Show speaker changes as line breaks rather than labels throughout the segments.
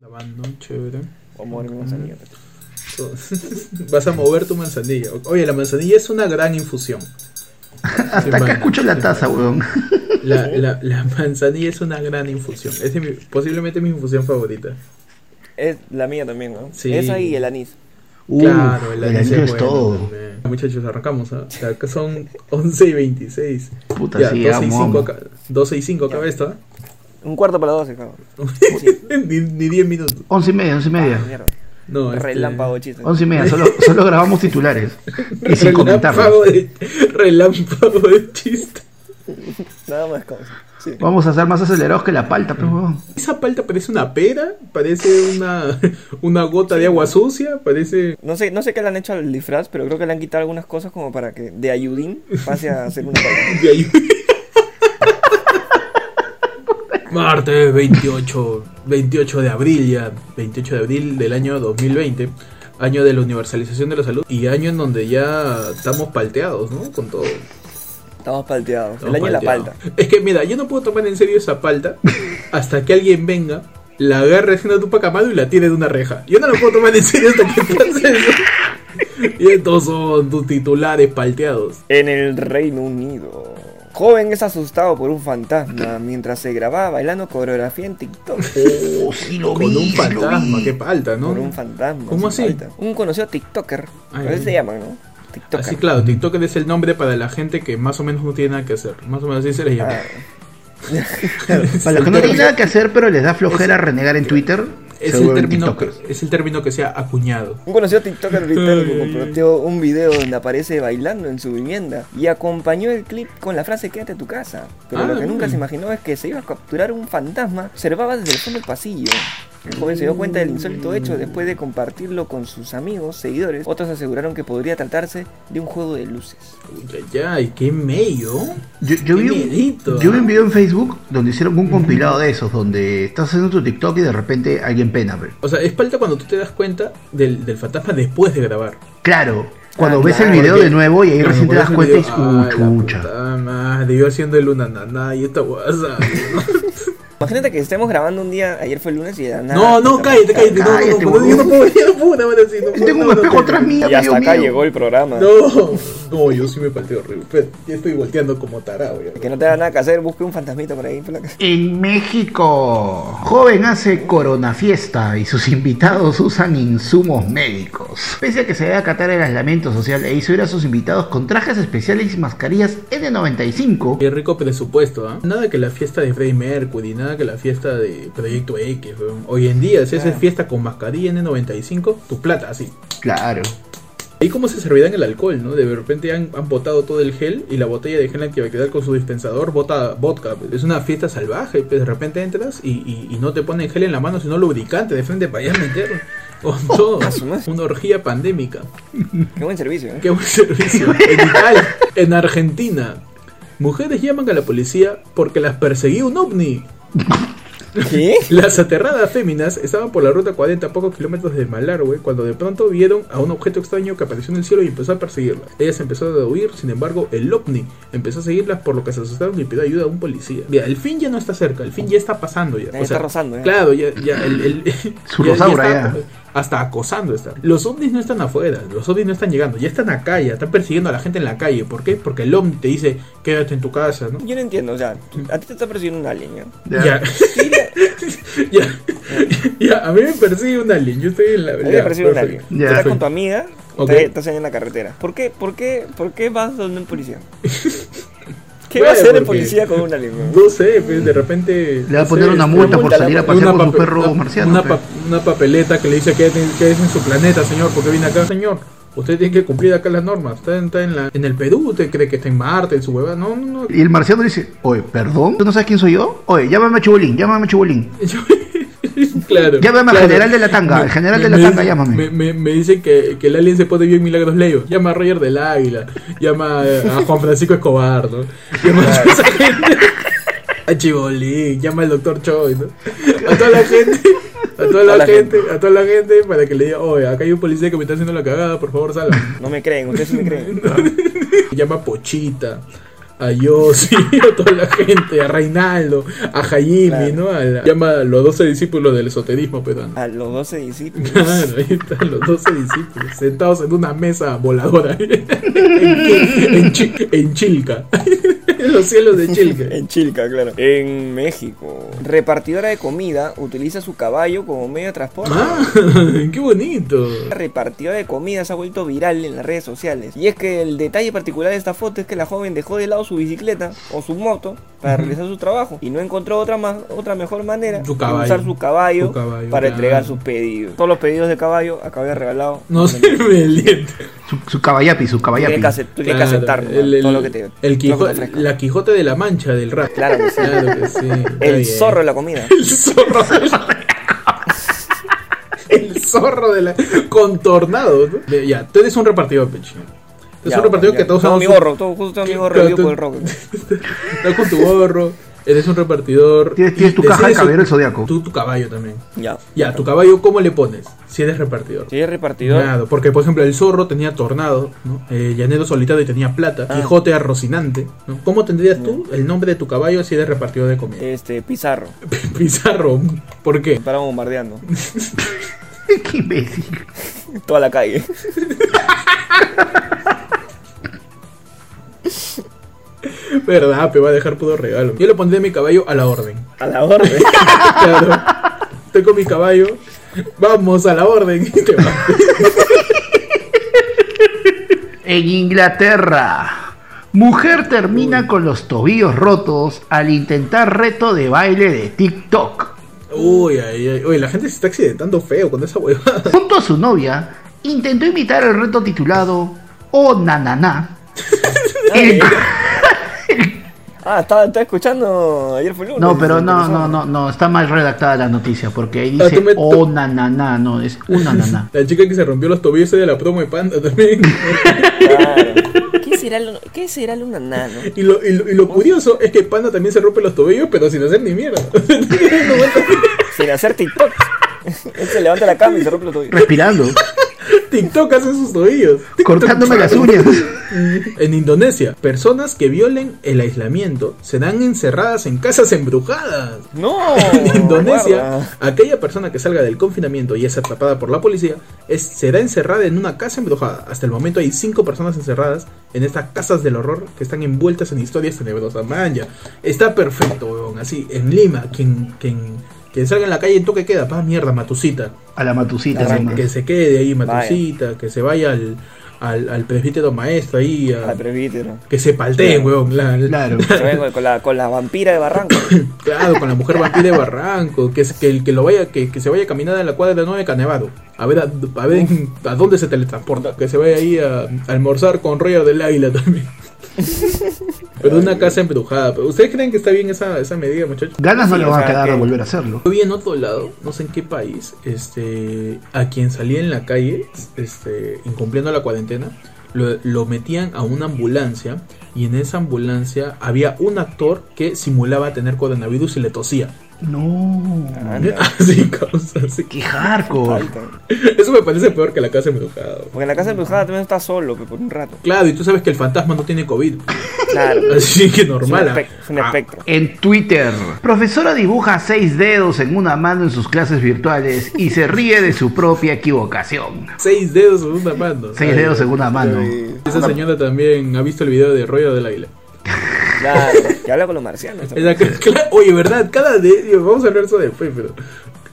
Grabando, chévere.
Voy a mover mi pues. manzanilla. pete.
Vas a mover tu manzanilla. Oye, la manzanilla es una gran infusión.
Hasta acá
mano.
escucho la taza, weón.
La, la, la manzanilla es una gran infusión. Es de mi- posiblemente mi infusión favorita.
Es la mía también, ¿no?
Sí.
Esa y el anís.
Uh, el
anís
anillo es
bueno
todo.
también. Muchachos, arrancamos. ¿ah? O sea, que son 11 y 26.
Puta,
Ya,
sí,
12 y
amo,
5
amo.
acá. 12 y 5 acá,
Ya.
esto, ¿ah?
Un cuarto para doce, cabrón.
ni, ni 10 minutos.
Once y media, once y
Ah,
media.
ah, Mierda.
No, este-
Relámpago de chistes.
Once y media, solo, solo grabamos titulares. Y sin
relámpago
comentarlos.
de, relámpago de chiste.
Nada más cosas. Sí.
Vamos a ser más acelerados que la palta, pues, weón.
Esa palta parece una pera, parece una, una gota de agua sucia, parece...
No sé, no sé qué le han hecho al disfraz, pero creo que le han quitado algunas cosas como para que de ayudín pase a hacer una palabra.
De ahí. Martes 28, 28 de abril ya, 28 de abril del año 2020, año de la universalización de la salud y año en donde ya estamos palteados, ¿no? Con todo.
Estamos palteados.
Estamos
el año de la
palteados.
palta.
Es que mira, yo no puedo tomar en serio esa palta hasta que alguien venga, la agarre haciendo tu pacamado y la tire de una reja. Yo no la puedo tomar en serio hasta que pase eso. Y estos son tus titulares palteados.
En el Reino Unido. Joven es asustado por un fantasma mientras se grababa bailando coreografía en TikTok.
Oh, sí lo
Con
vi,
un
sí lo
fantasma,
vi.
qué palta, ¿no?
Por un fantasma.
¿Cómo
sin
así?
falta. Un conocido TikToker.
Ay,
Así
ay.
se llaman, ¿no? TikToker.
Así claro, TikTok es el nombre para la gente que más o menos no tiene nada que hacer. Más o menos así se les llama.
Ah,
Para los que no tienen nada que hacer, pero les da flojera renegar en Twitter,
es,
se
el
vuelven
término que,
tiktokers.
es el término que sea acuñado.
Un conocido TikToker británico
Ay, ay, ay.
compartió un video donde aparece bailando en su vivienda y acompañó el clip con la frase quédate en tu casa. Pero lo
Ah,
que nunca
mm.
se imaginó es que se iba a capturar un fantasma observaba desde el fondo del pasillo. El joven se dio cuenta del insólito hecho después de compartirlo con sus amigos, seguidores. Otros aseguraron que podría tratarse de un juego de luces.
Uy, ya, ay, qué medio.
Yo, yo
Qué
vi un,
miedito,
yo vi
¿ah?
un video en Facebook donde hicieron un compilado de esos, donde estás haciendo tu TikTok y de repente alguien pena. pues. pe.
O sea, es palta cuando tú te das cuenta del, del fantasma después de grabar.
Claro, cuando
Ah,
ves
claro,
el video
porque-
de nuevo y ahí
Claro,
Eh, recién te
por
das
eso
cuenta y
digo,
dices,
"Ay,
uh,
ah, la
chucha.
puta madre, debió haciendo el una nana y esta guasa.
Imagínate que estemos grabando un día, ayer fue el lunes y de la nada.
No, no, cállate, cállate. No, no,
Cállate,
no, no, yo no
huevón.
puedo, yo no puedo una vez así. no puedo,
Tengo
no,
un
no,
espejo
no.
atrás mío,
Y hasta
Dios
acá
mío.
llegó el programa.
No, no, yo sí me palteo horrible. Pero ya estoy volteando como tarado. ya.
Que no te da nada que hacer, busque un fantasmita por ahí. por la casa.
En México, joven hace corona fiesta y sus invitados usan insumos médicos. Pese a que se debe acatar el aislamiento social e hizo ir a sus invitados con trajes especiales y mascarillas N95,
Qué rico presupuesto, ¿ah? Nada que la fiesta de Freddie Mercury, nada que la fiesta de Proyecto X, weón. Hoy en día, si haces
Claro.
fiesta con mascarilla N95, tu plata, así.
claro,
¿Y cómo se servirán el alcohol, no? De repente han, han botado todo el gel y la botella de gel antibacterial con su dispensador bota vodka. Es una fiesta salvaje, pues de repente entras y, y- y no te ponen gel en la mano, sino lubricante de frente para allá meterlo. Con todo.
su madre.
Una orgía pandémica.
Qué buen servicio, ¿eh?
Qué buen servicio. En Italia, en Argentina, mujeres llaman a la policía porque las perseguía un ovni.
¿Qué?
Las aterradas féminas estaban por la ruta 40 a pocos kilómetros de Malargue cuando de pronto vieron a un objeto extraño que apareció en el cielo y empezó a perseguirlas. Ellas empezaron a huir, sin embargo, el ovni empezó a seguirlas por lo que se asustaron y pidió ayuda a un policía. Mira, el fin ya no está cerca, el fin ya está pasando ya.
Ya está rozando, ya.
Claro, ya, ya el, el-
Su rosaura,
está-
ya.
Hasta acosando están. Los ovnis no están afuera, los ovnis no están llegando, ya están acá, ya están persiguiendo a la gente en la calle. ¿Por qué? Porque el ovni te dice, quédate en tu casa, ¿no?
Yo no entiendo, o sea, a ti te está persiguiendo un alien, ¿ya?
Ya. ya, ya, a mí me persigue un alien. Yo estoy en la.
A mí
ya,
me persigue un alien.
perfecto.
Ya.
Estás con
Perfecto.
tu amiga,
Ok.
te- estás en la carretera. ¿Por qué, por qué, por qué vas donde un policía? ¿Qué
Bueno,
va a hacer el
porque-
policía con un alien? weón?
No sé, pues de repente.
Le va a
no
poner
sé,
una
este,
multa por
la
salir a
multa,
pasear
una
con su
pape-
perro
una-
marciano,
Una,
pe.
pa- una papeleta que le dice que es, en su planeta, señor, porque viene acá, señor. Usted tiene que cumplir acá las normas. Está, en- está en, la, en el Perú, usted cree que está en Marte, en su hueva. No, no, no.
Y el marciano dice, oye, perdón, ¿tú no sabes quién soy yo? Oye, llámame a Chibolín, llámame a Chibolín.
claro.
Llámame al
claro.
general de la tanga,
Me-
al general de
me-
la
me
tanga,
dice-
llámame.
Me, me, me dicen que, que el alien se pone bien Milagros Leo. Llama a Roger del Águila, llama a Juan Francisco Escobar, ¿no? Llama a toda esa gente. A Chibolín, llama al doctor Choi, ¿no? A toda la gente. A toda la,
A la
gente, a toda la gente para que le diga, oye, acá hay un policía que me está haciendo la cagada, por favor, salga.
No me creen, ustedes sí me creen.
Llama a Pochita, a Yossi, a toda la gente, a Reinaldo, a Jaime,
Claro.
¿no? A la- llama a los 12 discípulos del esoterismo peruano.
A los 12 discípulos.
Claro, ahí están los 12 discípulos sentados en una mesa voladora en, Chi- en Chi- en Chilca, en los cielos de Chilca.
En Chilca, claro. En México. Repartidora de comida utiliza su caballo como medio de transporte.
Ah, qué bonito.
La repartidora de comida se ha vuelto viral en las redes sociales. Y es que el detalle particular de esta foto es que la joven dejó de lado su bicicleta o su moto para realizar su trabajo y no encontró otra más, otra mejor manera
Su
que
caballo.
usar su caballo,
Su caballo,
para
claro.
entregar sus pedidos. Todos los pedidos de caballo acá había regalado.
No sirve el diente.
Su, su caballapi, su
Tú tienes
caballapi.
que, ace- tú tienes que
Claro,
aceptar ¿no?
el- el-
todo lo que te,
el
todo lo que te
Quijo-
ofrezcan.
la Quijote de la Mancha del rap.
Claro que sí.
Claro que sí. está
El
bien.
zorro de la comida.
El zorro de la... El zorro de la... Contornado, ¿no? De- Ya, tú eres un repartidor, Pechi. Tú eres
Ya,
un repartidor
ya.
que todos
Tengo
usamos
mi
un-
gorro, todo, justo tengo mi gorro
Claro,
yo
tú-
por el rock.
Estás con tu gorro, eres un repartidor.
Tienes- tienes tu
y decides
caja de
su-
caballero del zodiaco.
Tú tu caballo también.
Ya.
Ya, tu caballo, ¿cómo le pones? Si eres repartidor.
Si eres repartidor,
Claro, porque por ejemplo el zorro tenía tornado, ¿no? Eh, Llanero solitario tenía plata,
Ah.
Quijote arrocinante, ¿no? ¿Cómo tendrías tú el nombre de tu caballo si eres repartidor de comida?
este, Pizarro,
Pizarro, ¿por qué?
para bombardeando
Qué imbécil.
toda la calle.
Verdad, pero va a dejar puro regalo. Yo le pondría mi caballo a la orden.
A la orden.
Claro. Estoy con mi caballo. Vamos a la orden. Y te vas.
En Inglaterra, mujer termina con los tobillos rotos al intentar reto de baile de TikTok.
Uy, ay, ay. Uy, la gente se está accidentando feo con esa huevada.
Junto a su novia, intentó imitar el reto titulado Oh Nananá. El-
Ah, estaba, estaba escuchando ayer fue lunes.
No, pero no,
Interesante.
no, no, no, está mal redactada la noticia porque ahí
Ah, tú
dice
me- tú-
Oh Nananá, no, es "Oh, un Nananá.
La chica que se rompió los tobillos de la promo de Panda también.
Claro. ¿Qué será, lo- ¿Qué será Luna Nano?
Y lo, y lo- y lo curioso es que Panda también se rompe los tobillos, pero sin hacer ni mierda. Dando vueltas.
Sin hacer TikTok. Él se levanta la cama y se rompe los tobillos.
Respirando,
TikTok hace sus tobillos.
cortándome las uñas.
En Indonesia, personas que violen el aislamiento serán encerradas en casas embrujadas.
¡No! Ah.
En Indonesia,
guarda.
aquella persona que salga del confinamiento y es atrapada por la policía es- será encerrada en una casa embrujada. Hasta el momento hay cinco personas encerradas en estas casas del horror que están envueltas en historias tenebrosas. Man, ya. Está perfecto, weón. Así, en Lima, quien, quien, quien salga en la calle en toque queda, va mierda, Matucita.
A la matucita,
Arranca.
nomás.
Que se quede ahí, Matucita, que se vaya al, al, al presbítero maestro ahí. a-
Al presbítero.
que se palteen, weón. la- la-
Claro.
Se ve con- con la, con la vampira de Barranco.
Claro, con la mujer vampira de Barranco, que, es- que el que lo vaya, que, que se vaya caminando en la cuadra de 9 Canevado. A ver a, a ver en- a dónde se teletransporta, que se vaya ahí a, a almorzar con Roger del Águila también. Pero una casa embrujada. Pero, ¿Ustedes creen que está bien esa, esa medida, muchachos?
Ganas no
Sí,
le
o
van a
sea,
quedar de
que-
volver a hacerlo.
Yo vi en otro lado, no sé en qué país, este, a quien salía en la calle, este, incumpliendo la cuarentena, lo, lo metían a una ambulancia y en esa ambulancia había un actor que simulaba tener coronavirus y le tosía.
No.
Anda,
Así, causa, así.
Qué hardcore.
falta.
Eso me parece peor que la casa embrujada.
Porque en la casa embrujada también está solo, pe, por un rato.
Claro, y tú sabes que el fantasma no tiene COVID.
Claro.
Así que
Es un,
normal.
espe- es un
Ah,
espectro.
En Twitter, profesora dibuja seis dedos en una mano en sus clases virtuales y se ríe de su propia equivocación.
seis dedos en una mano.
Seis
Ay,
dedos en una mano.
Esa señora también ha visto el video de Rollo del Águila.
Claro. Que habla con los marcianos.
Es la que- cla- oye, ¿verdad? Cada de, vamos a hablar eso después, pero.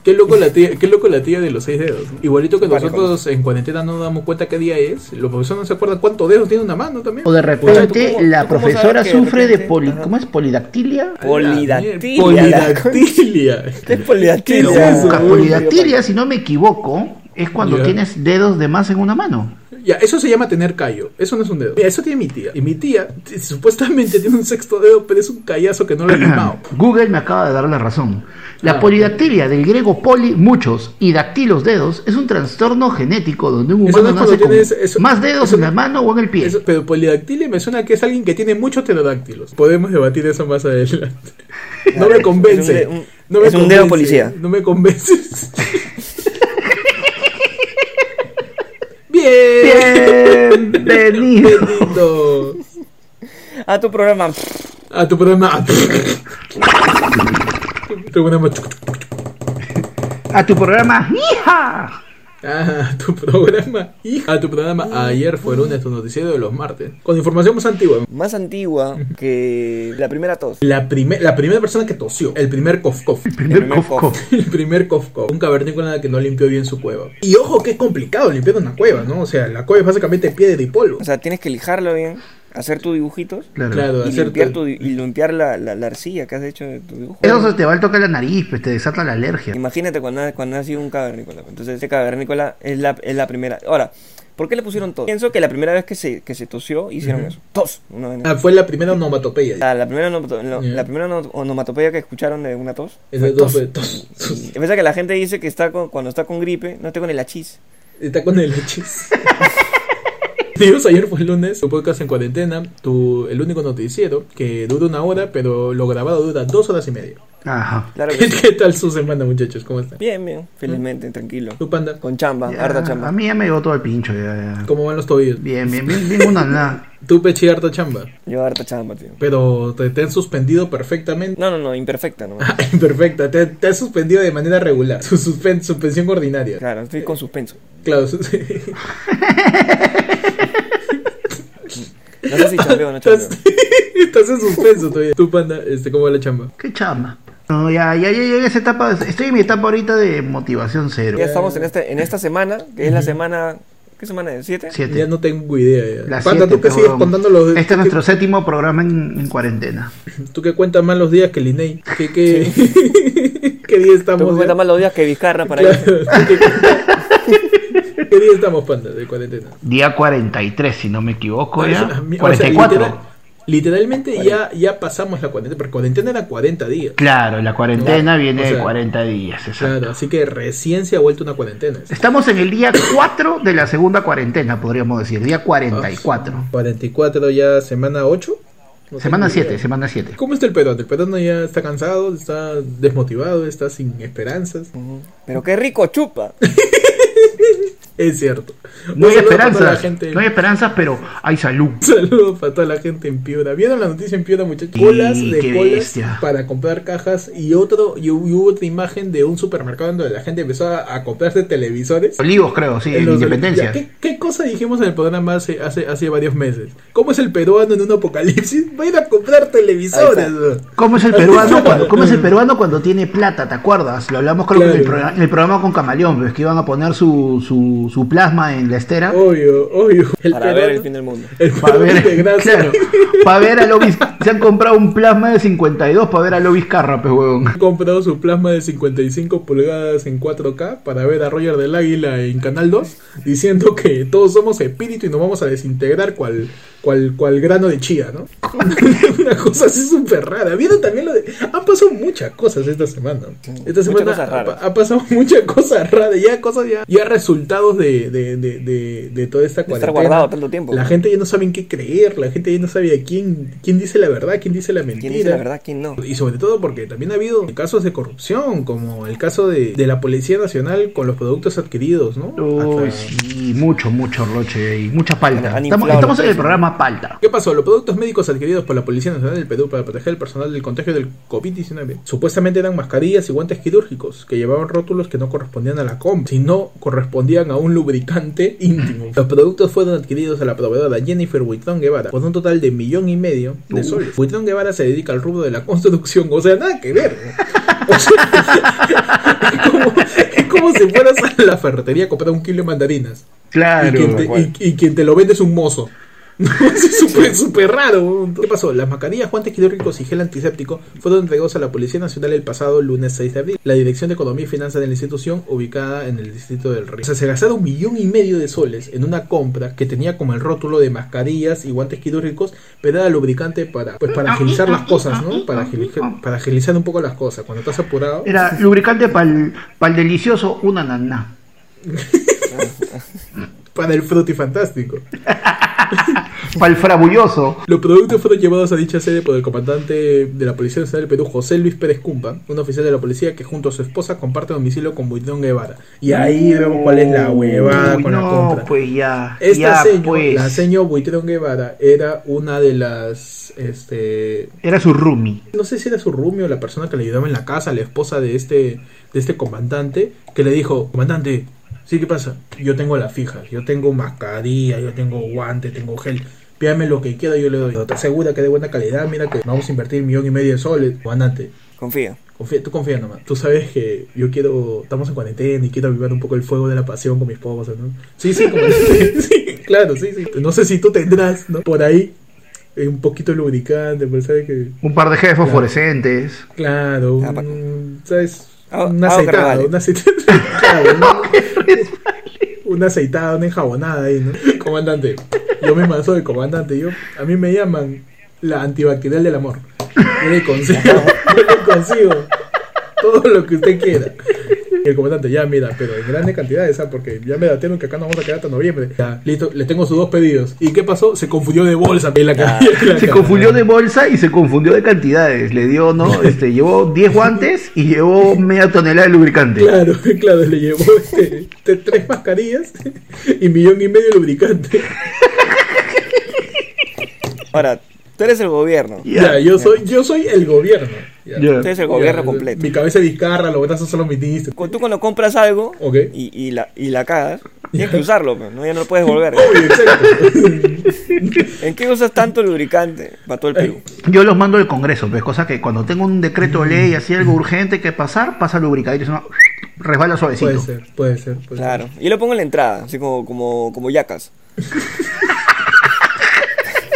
Qué loco, la tía, qué loco la tía de los seis dedos. ¿no? Igualito que
Vale,
nosotros en cuarentena no nos damos cuenta qué día es. Los profesores no se acuerdan cuántos dedos tiene una mano también.
O de repente
¿tú cómo-
la
tú cómo
profesora
sabes que de
sufre de,
repente-
poli,
Ajá.
¿cómo es? polidactilia.
Polidactilia.
Polidactilia.
Es poliactilia.
¿Qué es eso?
La polidactilia, si no me equivoco, es cuando
Ya.
tienes dedos de más en una mano.
Ya, eso se llama tener callo. Eso no es un dedo. Mira, eso tiene mi tía. Y mi tía t- supuestamente tiene un sexto dedo, pero es un callazo que no lo ha limado.
Google me acaba de dar la razón. La
Ah,
polidactilia del griego poli, muchos, y dactilos, dedos, es un trastorno genético donde un
Eso no
humano
es cuando
nace con
tienes- eso-
más dedos
eso-
en la mano o en el pie.
Eso- pero polidactilia me suena que es alguien que tiene muchos pterodáctilos. Podemos debatir eso más adelante. No me convence.
Es un de- un-
No me
es un
convence.
dedo policía.
No me convences. Bien.
Bienvenido.
Bienvenido.
a Ah, tu programa.
A tu programa. tu programa.
A tu programa, hija.
Ah, tu programa. Hija, a tu programa. Ayer fue lunes, tu noticiero de los martes. Con información más antigua.
Más antigua que la primera tos.
La, primer- la primera persona que tosió. El primer cof cof.
Primer
primer
cof,
cof.
cof.
El primer Kofko, un cavernícola que no limpió bien su cueva. Y ojo que es complicado limpiar una cueva, ¿no? O sea, la cueva es básicamente piedra y polvo.
O sea, tienes que lijarlo bien, hacer tus dibujitos
Claro.
Claro,
y
hacer
limpiar,
tu-
tu, y limpiar la, la, la arcilla que has hecho de tu dibujo.
Eso se te va al toque la nariz, pues te desata la alergia.
Imagínate cuando, ha- cuando ha sido un cavernícola. Entonces, este cavernícola es la, es la primera. Ahora, ¿por qué le pusieron tos? Pienso que la primera vez que se, que se tosió hicieron eso. Tos. Una vez.
Ah, fue la primera onomatopeya.
La, la primera, onomato- no,
Ya.
la primera ono- onomatopeya que escucharon de una tos.
Es
fue
de dos
tos.
tos.
Y Piensa que la gente dice que está con- cuando está con gripe, no está con el achis.
Está con el hechis. Dios, ayer fue el lunes, tu podcast en cuarentena, tu, el único noticiero que dura una hora, pero lo grabado dura dos horas y media.
Ajá.
Claro que
¿Qué,
sí.
qué tal su semana, muchachos? ¿Cómo están?
Bien, bien. Felizmente, tranquilo.
¿Tu panda?
Con chamba,
Ya,
harta
a
chamba.
mí ya me llegó todo el pincho. ya, ya.
¿Cómo van los tobillos?
Bien, bien, bien, bien, una nada.
Tu pechi harta chamba,
Yo harta chamba, tío.
pero te, te han suspendido perfectamente.
No, no, no, imperfecta nomás.
Ah, Perfecta, te, te has suspendido de manera regular. Su suspen- suspensión ordinaria.
Claro, estoy con suspenso.
Claro, su-
No sé si chambeo o no chambeo.
estás, estás en suspenso todavía. Tu panda, este, ¿cómo va la chamba?
Qué chamba. No, ya, ya, ya llegué a esa etapa. Estoy en mi etapa ahorita de motivación cero.
Ya estamos en, este, en esta semana, que es la semana. ¿Qué semana es? ¿Siete?
Siete.
Ya no tengo idea. Ya.
La
Panda,
siete,
tú que
pues,
sigues
huevón.
contando los tú
Este es
que-
nuestro séptimo programa en, en cuarentena.
Tú que cuentas más los días que Liney. ¿Qué, qué, qué día
Tú
estamos?
me
ya?
cuentas más los días que Vizcarra para
Claro,
ir.
tú que cuentas- ¿Qué día estamos, panda, de cuarentena?
Día 43, si no me equivoco,
Ah,
ya.
mi- o sea,
44.
literal- literalmente ya, ya pasamos la cuarentena, pero cuarentena era 40 días.
Claro, la cuarentena viene
o sea,
de 40 días, exacto.
Claro, así que recién se ha vuelto una cuarentena.
Estamos en el día 4 de la segunda cuarentena, podríamos decir. Día 44.
Ah, 44 ya semana 8.
Semana 7, semana 7.
¿Cómo está el peruano? El peruano ya está cansado, está desmotivado, está sin esperanzas.
Ujú. Pero qué rico chupa.
Es cierto. Un
No hay
saludo para toda la
esperanzas,
gente.
no hay esperanzas, pero hay salud.
Saludos para toda la gente en Piura. ¿Vieron la noticia en Piura, muchachos?
Sí,
colas de
qué
colas
bestia.
para comprar cajas y otro y hu- y hubo otra imagen de un supermercado donde la gente empezó a, a comprarse televisores.
Olivos, creo, sí,
En
en
los-
Independencia.
ya, ¿Qué, qué cosa dijimos en el programa hace, hace, hace varios meses? ¿Cómo es el peruano en un apocalipsis? Va a ir a comprar televisores.
Ahí está.
weón.
¿Cómo es el peruano cuando, cómo es el peruano cuando tiene plata? ¿Te acuerdas? Lo hablamos creo que en, el
Mm. Claro.
programa, en el programa con Camaleón, pues, que iban a poner su, su, su plasma en la estera
Oh, Obvio, obvio. El
Para ver el fin del mundo.
el
para
peruano de
ver,
gracia.
claro, para ver a Lobis. Se han comprado un plasma de 52 para ver a Lobis Carra, pues huevón.
Ha comprado su plasma de 55 pulgadas en 4K para ver a Roger del Águila en Canal 2 diciendo que todos somos espíritu y nos vamos a desintegrar cual, cual, cual grano de chía, ¿no? Una cosa así súper rara. Vieron también lo de... Han pasado muchas cosas esta semana. Esta
muchas
semana
cosas
ha,
raras.
ha pasado muchas cosas raras. Ya cosas ya... Ya resultados de, de, de, de, de toda esta
De estar
cuarentena.
guardado tanto tiempo.
La gente ya no sabe en qué creer. La gente ya no sabe a quién, quién dice la verdad, quién dice la mentira.
¿Quién dice la verdad? ¿Quién no?
Y sobre todo porque también ha habido casos de corrupción, como el caso de, de la Policía Nacional con los productos adquiridos, ¿no?
Uy,
Hasta-
sí, mucho, mucho roche y mucha palta.
Han
Estamos,
inflado
estamos
los
en
precios.
el programa palta.
¿Qué pasó? Los productos médicos adquiridos por la Policía Nacional del Perú para proteger al personal del contagio del COVID-19 supuestamente eran mascarillas y guantes quirúrgicos que llevaban rótulos que no correspondían a la compra, sino correspondían a un lubricante íntimo. Los productos fueron adquiridos a la proveedora Jennifer Huitrón Guevara por un total de millón y medio de
Uf.
soles. Huitrón Guevara se dedica al rubro de la construcción, o sea, nada que ver. ¿no? O sea, es, como, es como si fueras a la ferretería a comprar un kilo de mandarinas y, quien te,
Tal cual.
y- y quien te lo vende es un mozo. es súper, súper raro. ¿Qué pasó? Las mascarillas, guantes quirúrgicos y gel antiséptico fueron entregados a la Policía Nacional el pasado lunes 6 de abril. La Dirección de Economía y Finanzas de la institución, ubicada en el distrito del Río. O sea, se gastaron un millón y medio de soles en una compra que tenía como el rótulo de mascarillas y guantes quirúrgicos, pero era lubricante para, pues, para agilizar las cosas, ¿no? Para agilizar, para agilizar un poco las cosas. Cuando estás apurado.
Era lubricante para el delicioso, una naná.
Para el frutifantástico.
Falfrabulloso.
Los productos fueron llevados a dicha sede por el comandante de la Policía Nacional del Perú, José Luis Pérez Cumpa, un oficial de la policía que junto a su esposa comparte domicilio con Buitón Guevara. Y ahí vemos cuál es la huevada
Uy,
con la
no,
compra.
pues ya.
Esta
ya,
seño,
pues.
la seño Buitrón Guevara, era una de las, este,
Era su roomie.
no sé si era su rumio, la persona que le ayudaba en la casa, la esposa de este, de este comandante, que le dijo, comandante, sí, ¿qué pasa? Yo tengo la fija, yo tengo mascarilla, yo tengo guante, tengo gel. Pídame lo que quiera, yo le doy. Pero te asegura que de buena calidad, mira que vamos a invertir millón y medio de soles. Comandante,
Confío.
confía- tú confía nomás. Tú sabes que yo quiero, estamos en cuarentena y quiero avivar un poco el fuego de la pasión con mis esposa, ¿no? Sí, sí, comandante, sí, claro, sí, sí. No sé si tú tendrás, ¿no? Por ahí, eh, un poquito de lubricante, pues sabes que...
Un par de jefes fosforescentes.
Claro,
Ah, pa-
un, ¿sabes?
Ah,
Un
ah,
aceitado,
Carnevale.
un aceitado. claro, un- una aceitada, una enjabonada ahí, ¿no? Comandante, yo misma soy comandante. Yo, a mí me llaman la antibacterial del amor. Yo le consigo, yo le consigo todo lo que usted quiera. Y el comandante, ya mira, pero en grandes cantidades, ¿ah? porque ya me datieron que acá nos vamos a quedar hasta noviembre. Ya, listo, le tengo sus dos pedidos. ¿Y qué pasó? Se confundió de bolsa. en la que-
Ah.
en la
Se
que-
confundió de bolsa y se confundió de cantidades. Le dio, ¿no? Este, llevó 10 guantes y llevó media tonelada de lubricante.
Claro, claro, le llevó este, te- tres mascarillas y millón y medio de lubricante.
Ahora, tú eres el gobierno.
Ya,
Ya, yo soy, yo soy el gobierno. Ya.
Ya.
Tú eres el
Ya,
gobierno
ya,
completo.
Mi cabeza discarra, los brazos son los ministros.
Cu- Tú cuando compras algo
Ok.
y, y la, y la cagas, tienes que usarlo, pues, ¿no? ya no lo puedes volver.
Obvio, exacto.
¿En qué usas tanto lubricante para todo el Perú?
Yo los mando al Congreso, pues cosa que cuando tengo un decreto de ley, así algo urgente que pasar, pasa lubricadito, si no, resbala suavecito.
Puede ser, puede ser. puede ser.
Claro. Yo lo pongo en la entrada, así como, como, como yacas.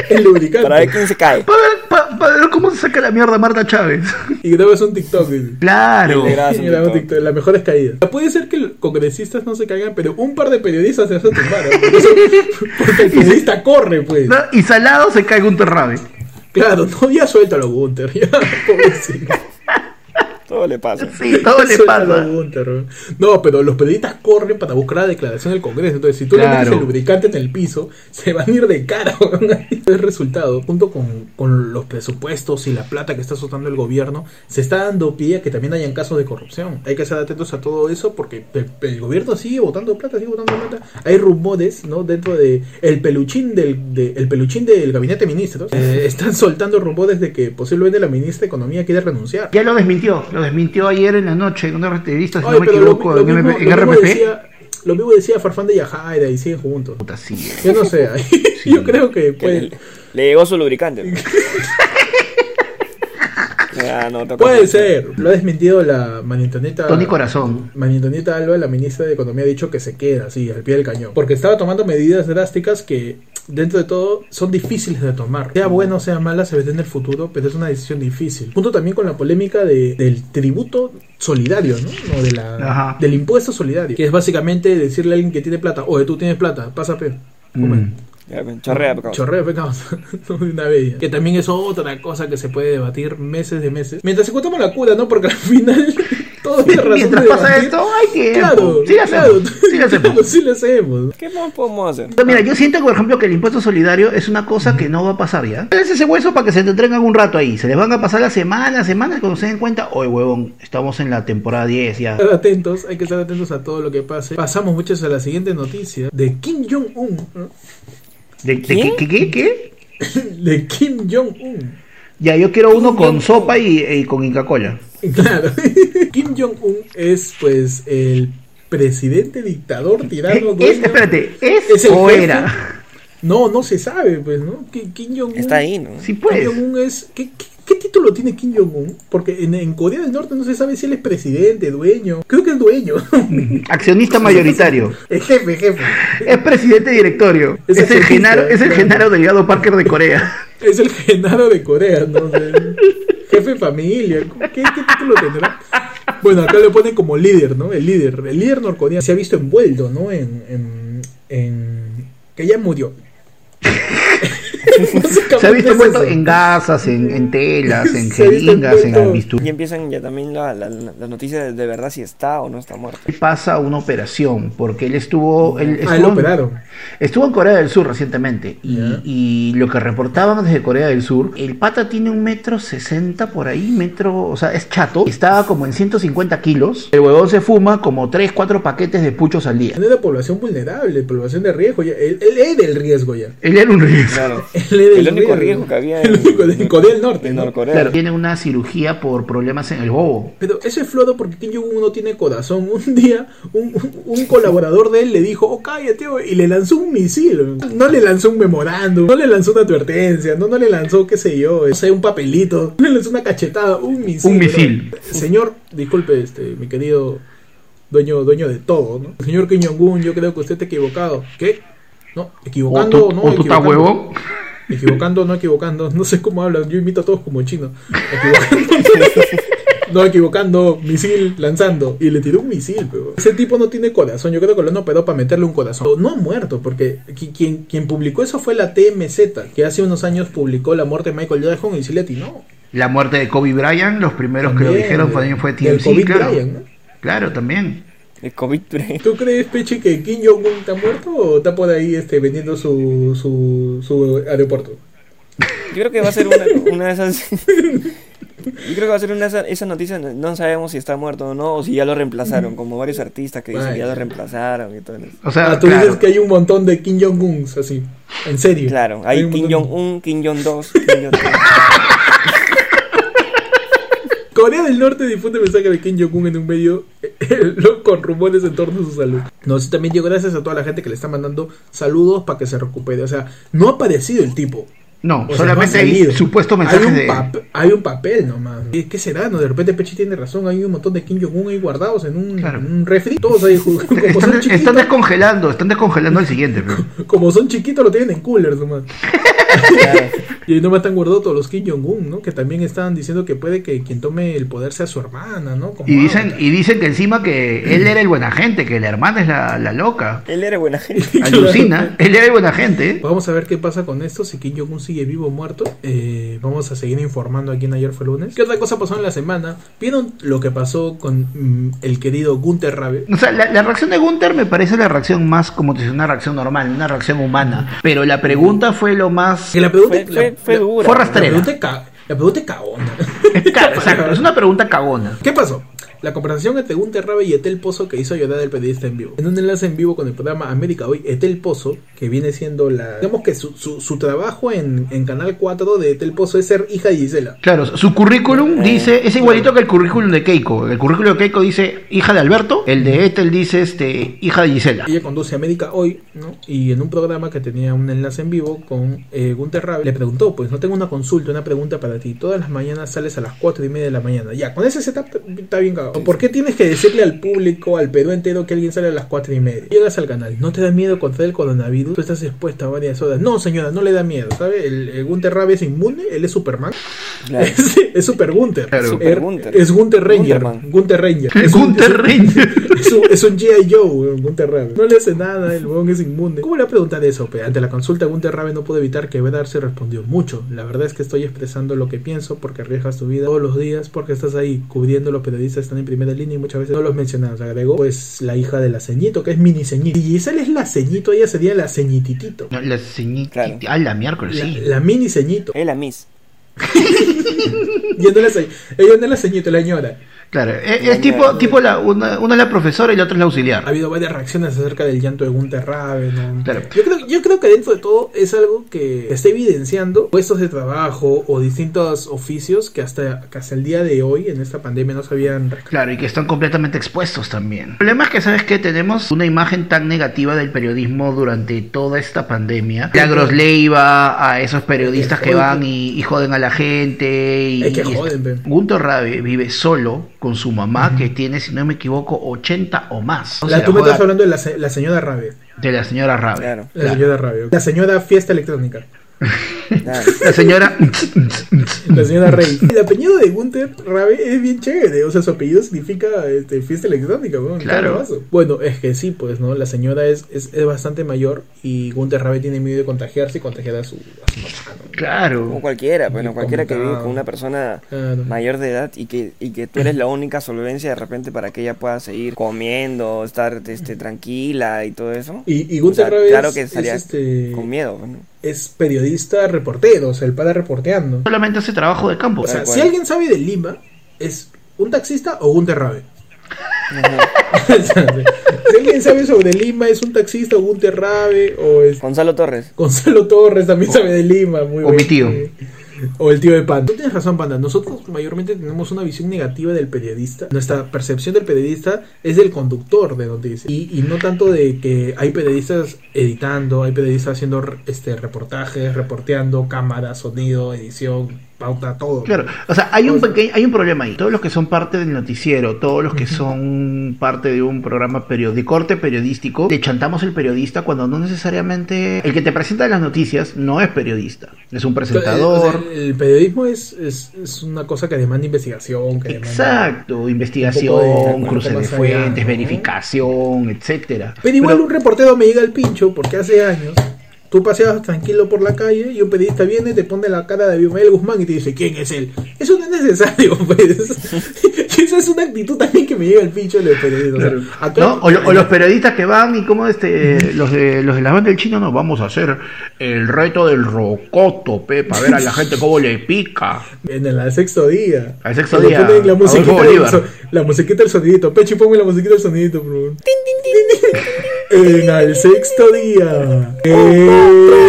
El lubricante.
Para ver quién se cae.
Para ver, pa- para ver cómo se saca la mierda Marta Chávez.
Y grabas un TikTok. dice.
Claro.
Integrado. Grabas un
Y grabas un
TikTok.
TikTok, las mejores caídas. Puede ser que los congresistas no se caigan, pero un par de periodistas se hacen tumbar. ¿eh? Porque eso- Porque el periodista corre, pues.
¿No? Y salado se cae un terrabe.
Claro, no, ya suéltalo, Gunter. Ya, pobrecito.
Todo le pasa.
Sí, todo le
Eso era
pasa.
lo Gunter, ¿no? No, pero los periodistas corren para buscar la declaración del Congreso. Entonces, si tú le
Claro.
metes el lubricante en el piso, se van a ir de cara. weón. El resultado, junto con, con los presupuestos y la plata que está soltando el gobierno, se está dando pie a que también hayan casos de corrupción. Hay que estar atentos a todo eso porque el, el gobierno sigue votando plata, sigue votando plata. Hay rumores, ¿no? Dentro de el peluchín del, de- el peluchín del gabinete de ministros. eh, están soltando rumores de que posiblemente la ministra de Economía quiere renunciar.
Ya lo desmintió, lo desmintió ayer en la noche en una entrevista, si
Ay,
no me
pero
equivoco,
lo, mi-
en,
lo
MP-
mismo,
en
lo mismo
RPP.
Decía, lo mismo decía Farfán de Yajaira y siguen juntos.
Puta, sí, eh.
Yo no sé, ahí yo creo que
Que
puede,
le, le llegó su lubricante. ¿no? Ya, no, toca
puede
hacer-
ser. Lo ha desmentido la manintoneta.
Tony Corazón.
Manintoneta Alba, la ministra de Economía, ha dicho que se queda así, al pie del cañón. Porque estaba tomando medidas drásticas que, dentro de todo, son difíciles de tomar. Sea buena o sea mala, se verá en el futuro, pero es una decisión difícil. Junto también con la polémica de- del tributo solidario, ¿no? O de la,
Ajá.
del impuesto solidario. Que es básicamente decirle a alguien que tiene plata, oye, tú tienes plata, pasa pe. Come.
Mm.
Ya, pues, Chorrea, por favor.
Chorreo de pecados. de una bella. Que también es otra cosa que se puede debatir meses de meses. Mientras encontramos la cura, ¿no? Porque al final todo es razón
Mientras
de
pasa
debatir.
esto, hay tiempo.
Claro,
sí,
claro,
lo hacemos, sí lo hacemos.
claro, sí lo hacemos.
¿Qué más podemos hacer?
Pero mira, yo siento, por ejemplo, que el impuesto solidario es una cosa que no va a pasar ya. Es ese hueso para que se te entregan un rato ahí. Se les van a pasar las semanas, semanas, cuando se den cuenta, oye, huevón, estamos en la temporada 10 ya.
Estar atentos, hay que estar atentos a todo lo que pase. Pasamos muchos a la siguiente noticia de Kim Jong-un. ¿no?
¿De, de qué, qué, qué, qué?
De Kim Jong-un.
Ya, yo quiero uno con sopa y, y con Inca-Cola.
Claro. Kim Jong-un es, pues, el presidente dictador tirano.
Eh, es-
dueño-
espérate, ¿es,
Es el
o
jefe.
era?
No, no se sabe, pues, ¿no? Ki- Kim Jong-un.
Está ahí, ¿no?
Sí, pues.
Kim Jong-un es. ¿qué, qué, qué título tiene Kim Jong-un? Porque en, en Corea del Norte no se sabe si él es presidente, dueño. Creo que es dueño.
Accionista mayoritario.
es jefe, jefe.
Es presidente de directorio.
Es
Es, el,
accionista,
Genaro, es el
claro.
Genaro Delgado Parker de Corea.
Es el Genaro de Corea, ¿no? O sea, jefe de familia. ¿Qué, qué título tendrá? Bueno, acá lo ponen como líder, ¿no? El líder. El líder norcoreano se ha visto envuelto, ¿no? En. en, en- que ya murió.
Se ha visto
Básicamente es
envuelto
eso.
en gasas, en, en telas, en
Se ha visto
jeringas, en
envuelto-
Y
albisturas.
empiezan ya también la- la- la- las noticias de, de verdad si está o no está muerto.
Pasa una operación, porque él estuvo. Él
Ah, lo
estuvo,
operaron.
estuvo en Corea del Sur recientemente. Y,
Ya.
y lo que reportaban desde Corea del Sur, el pata tiene un metro sesenta por ahí, metro. O sea, es chato. Estaba como en 150 kilos. El huevón se fuma como 3, 4 paquetes de puchos al día.
Es una población vulnerable, población de riesgo. Ya. Él, él es del riesgo ya.
Él era un riesgo.
Claro.
Él es del
El único riesgo que había en,
El único de Corea del Norte.
en
¿no?
Norcorea.
Claro, tiene una cirugía por problemas en el bobo.
Pero eso es flodo porque Kim Jong-un no tiene corazón. Un día, un, un- un colaborador de él le dijo, oh, cállate, oh", y le lanzó un misil. No le lanzó un memorándum, no le lanzó una advertencia, no, no le lanzó, qué sé yo, no sé, un papelito, no le lanzó una cachetada, un misil.
Un
¿no?
misil.
Señor, disculpe, este, mi querido dueño, dueño de todo, ¿no? Señor Kim Jong-un, yo creo que usted está equivocado. ¿Qué? No,
O
equivocando,
tú,
no,
o tú estás
equivocando.
huevón.
Equivocando, no equivocando, no sé cómo hablan, yo imito a todos como chino. Equivocando, no equivocando, misil lanzando. Y le tiró un misil, pero Ese tipo no tiene corazón, yo creo que lo han operado para meterle un corazón. No ha muerto, porque qui- quien, quien publicó eso fue la TMZ, que hace unos años publicó la muerte de Michael Jackson y sí le atinó.
La muerte de Kobe Bryant, los primeros que lo
También, eh,
dijeron también fue
del
TMZ,
COVID
claro.
Bryant, ¿no?
Claro, también.
El COVID
¿Tú crees, Pechi, que Kim Jong-un está muerto o está por ahí este, vendiendo su, su, su aeropuerto?
Yo creo que va a ser una, una de esas. Yo creo que va a ser una de esas, esas noticias. donde No sabemos si está muerto o no, o si ya lo reemplazaron, como varios artistas que dicen que ya lo reemplazaron y todo eso.
O sea,
Ah, tú
claro,
dices que hay un montón de Kim Jong-uns, así. En serio.
Claro,
Hay
hay
un
Kim
montón.
Jong-un, Kim Jong-2, Kim Jong-3.
Corea del Norte difunde mensaje de Kim Jong-un en un medio con rumores en torno a su salud. No, sí, también yo gracias a toda la gente que le está mandando saludos para que se recupere. O sea, no ha aparecido el tipo.
no,
O sea,
solamente
no ha salido.
hay supuesto
hay
mensaje
un,
de...
pap- hay un papel nomás. ¿Qué, qué será? No, de repente Pechi tiene razón. Hay un montón de Kim Jong-un ahí guardados en un,
Claro.
en un refri. Todos ahí jug- como
Están,
son
están
chiquitos.
descongelando, están descongelando el siguiente. pero-
Como son chiquitos, lo tienen en coolers nomás.
Claro.
Y ahí nomás están guardados todos los Kim Jong-un, ¿no? Que también están diciendo que puede que quien tome el poder sea su hermana, ¿no? Como
Y dicen,
Avatar.
y dicen que encima que él era el buena gente, que la hermana es la, la loca.
Él era buena gente.
Alucina, él era el buena gente. ¿eh?
Vamos a ver qué pasa con esto, si Kim Jong-un sigue vivo o muerto. Eh, vamos a seguir informando aquí en Ayer fue lunes. ¿Qué otra cosa pasó en la semana? ¿Vieron lo que pasó con mm, el querido Gunther Rabe?
O sea, la, la reacción de Gunther me parece la reacción más, como te dice, una reacción normal, una reacción humana. Pero la pregunta fue lo más...
Que la pregunta
Fue, fue,
la-
fue
la-
dura.
Fue
la
rastrera.
pregunta es ca- la pregunta es caona.
Claro, exacto, es una pregunta cagona.
¿Qué pasó? La conversación entre Gunter Rabe y Etel Pozo que hizo llorar el periodista en vivo. En un enlace en vivo con el programa América Hoy, Etel Pozo, que viene siendo la. Digamos que su, su- su trabajo en, en Canal 4 de Etel Pozo es ser hija de Gisela.
Claro, su currículum
Eh,
dice, es igualito que el currículum de Keiko. El currículum de Keiko dice hija de Alberto, el de Ethel dice este hija de Gisela.
Ella conduce América Hoy, ¿no? Y en un programa que tenía un enlace en vivo con eh, Gunter Rabe, le preguntó, pues no tengo una consulta, una pregunta para ti. Todas las mañanas sales a las 4 y media de la mañana. Ya, con ese setup t- está bien cagado. ¿Por qué tienes que decirle al público, al Perú entero, que alguien sale a las 4 y media? Llegas al canal, ¿no te da miedo contra el coronavirus? Tú estás expuesta a varias horas. No, señora, no le da miedo, ¿sabe? El, el Gunter Rabe es inmune, él es Superman.
Claro.
Es, es Super Gunter.
Claro.
Super
Er-
Gunther.
Es Gunter Ranger.
Gunterman.
Gunter Ranger. Es un-
Gunther
es un-
Reiner.
es un, es un G.I. Joe, weón, Gunter Rabe. No le hace nada, el huevón es inmune. ¿Cómo le va a preguntar eso, pe? Ante la consulta, Gunter Rabe no pudo evitar que Vedar se respondió mucho. La verdad es que estoy expresando lo que pienso porque arriesgas tu vida todos los días porque estás ahí cubriendo los periodistas están en primera línea y muchas veces no los mencionamos. Agregó, pues, la hija de la ceñito, que es mini ceñito. Y Giselle es la ceñito, ella sería la ceñititito.
No, La señi-
Claro.
Ah, la miércoles,
La,
sí.
la mini ceñito.
Él a Miss.
Ella no es la ce- ella no es la ceñito, la señora.
Claro, e- es, es tipo, tipo la, una, una es la profesora y la otra es la
Ha
auxiliar.
habido varias reacciones acerca del llanto de Gunter Rabe, ¿no?
Claro.
Yo creo, yo creo que dentro de todo es algo que está evidenciando puestos de trabajo o distintos oficios que hasta, que hasta el día de hoy en esta pandemia no se habían rescatado.
Claro, y que están completamente expuestos también. El problema es que, ¿sabes qué? Tenemos una imagen tan negativa del periodismo durante toda esta pandemia. Lagros Leiva, a esos periodistas que van y, y joden a la gente. Y,
Es que
y-
joden, pe.
Gunter Rabe vive solo con su mamá, que tiene, si no me equivoco, 80 o más. O
La-
sea,
tú me
joda-
estás hablando de la, se- la señora Rabe.
de la señora Rabe.
Claro.
La señora Rabe. La señora Fiesta Electrónica.
Nada.
La señora.
La señora Rey. El apellido de Gunther Rabe es bien chévere. O sea, su apellido significa este, fiesta electrónica, weón.
Claro.
Carabazo. Bueno, es que sí, pues, ¿no? La señora es, es, es bastante mayor y Gunther Rabe tiene miedo de contagiarse y contagiar a su, a su mamá, ¿no?
Claro.
Como cualquiera, bueno,
Muy
cualquiera que vive
complicado.
con una persona
Claro.
mayor de edad y que, y que tú eres la única solvencia de repente para que ella pueda seguir comiendo, estar este, tranquila y todo eso.
Y, y
O sea,
Gunther Rabe
claro
es,
que
es,
estaría
este,
con miedo. pues, ¿no?
es periodista reportero, o sea, el padre reporteando.
Solamente hace trabajo de campo.
O sea,
Tal cual.
si alguien sabe de Lima, es un taxista o Gunther Rabe.
Ajá.
O sea, si alguien sabe sobre Lima, es un taxista o Gunther Rabe o es
Gonzalo Torres.
Gonzalo Torres también sabe de Lima, muy
o mi
bien. eh.
tío.
O el tío de Panda. Tú tienes razón, Panda. Nosotros mayormente tenemos una visión negativa del periodista. Nuestra percepción del periodista es del conductor de noticias. Y, y no tanto de que hay periodistas editando, hay periodistas haciendo re- este reportajes, reporteando, cámara, sonido, edición, pauta, todo.
Claro, o sea, hay un pequeño, hay un problema ahí. Todos los que son parte del noticiero, todos los que son parte de un programa periódico, de corte periodístico, te chantamos el periodista cuando no necesariamente el que te presenta las noticias no es periodista, es un
eh, O sea,
presentador.
el, el periodismo es, es, es una cosa que demanda investigación, que demanda...
Exacto,
Un
investigación,
poco de-
cruce de
más allá,
fuentes,
¿no?
verificación, etcétera.
Pero igual un reportero me llega al pincho porque hace años tú paseabas tranquilo por la calle y un periodista viene, te pone la cara de Abimael Guzmán y te dice, ¿quién es él? Eso no es necesario, pues. Esa es una actitud también que me llega al pincho de los periodistas. O sea, acá-
¿No? O, lo- o los periodistas que van y como este los de los de la banda del chino no vamos a hacer el reto del rocoto pe, para ver a la gente cómo le pica
En el sexto día.
Al sexto
Cuando
día,
ponen La
Adolfo
musiquita, del,
Bolívar.
so- la musiquita del sonidito. Pechi, ponme la musiquita del sonidito, por favor. en el sexto día. Eh.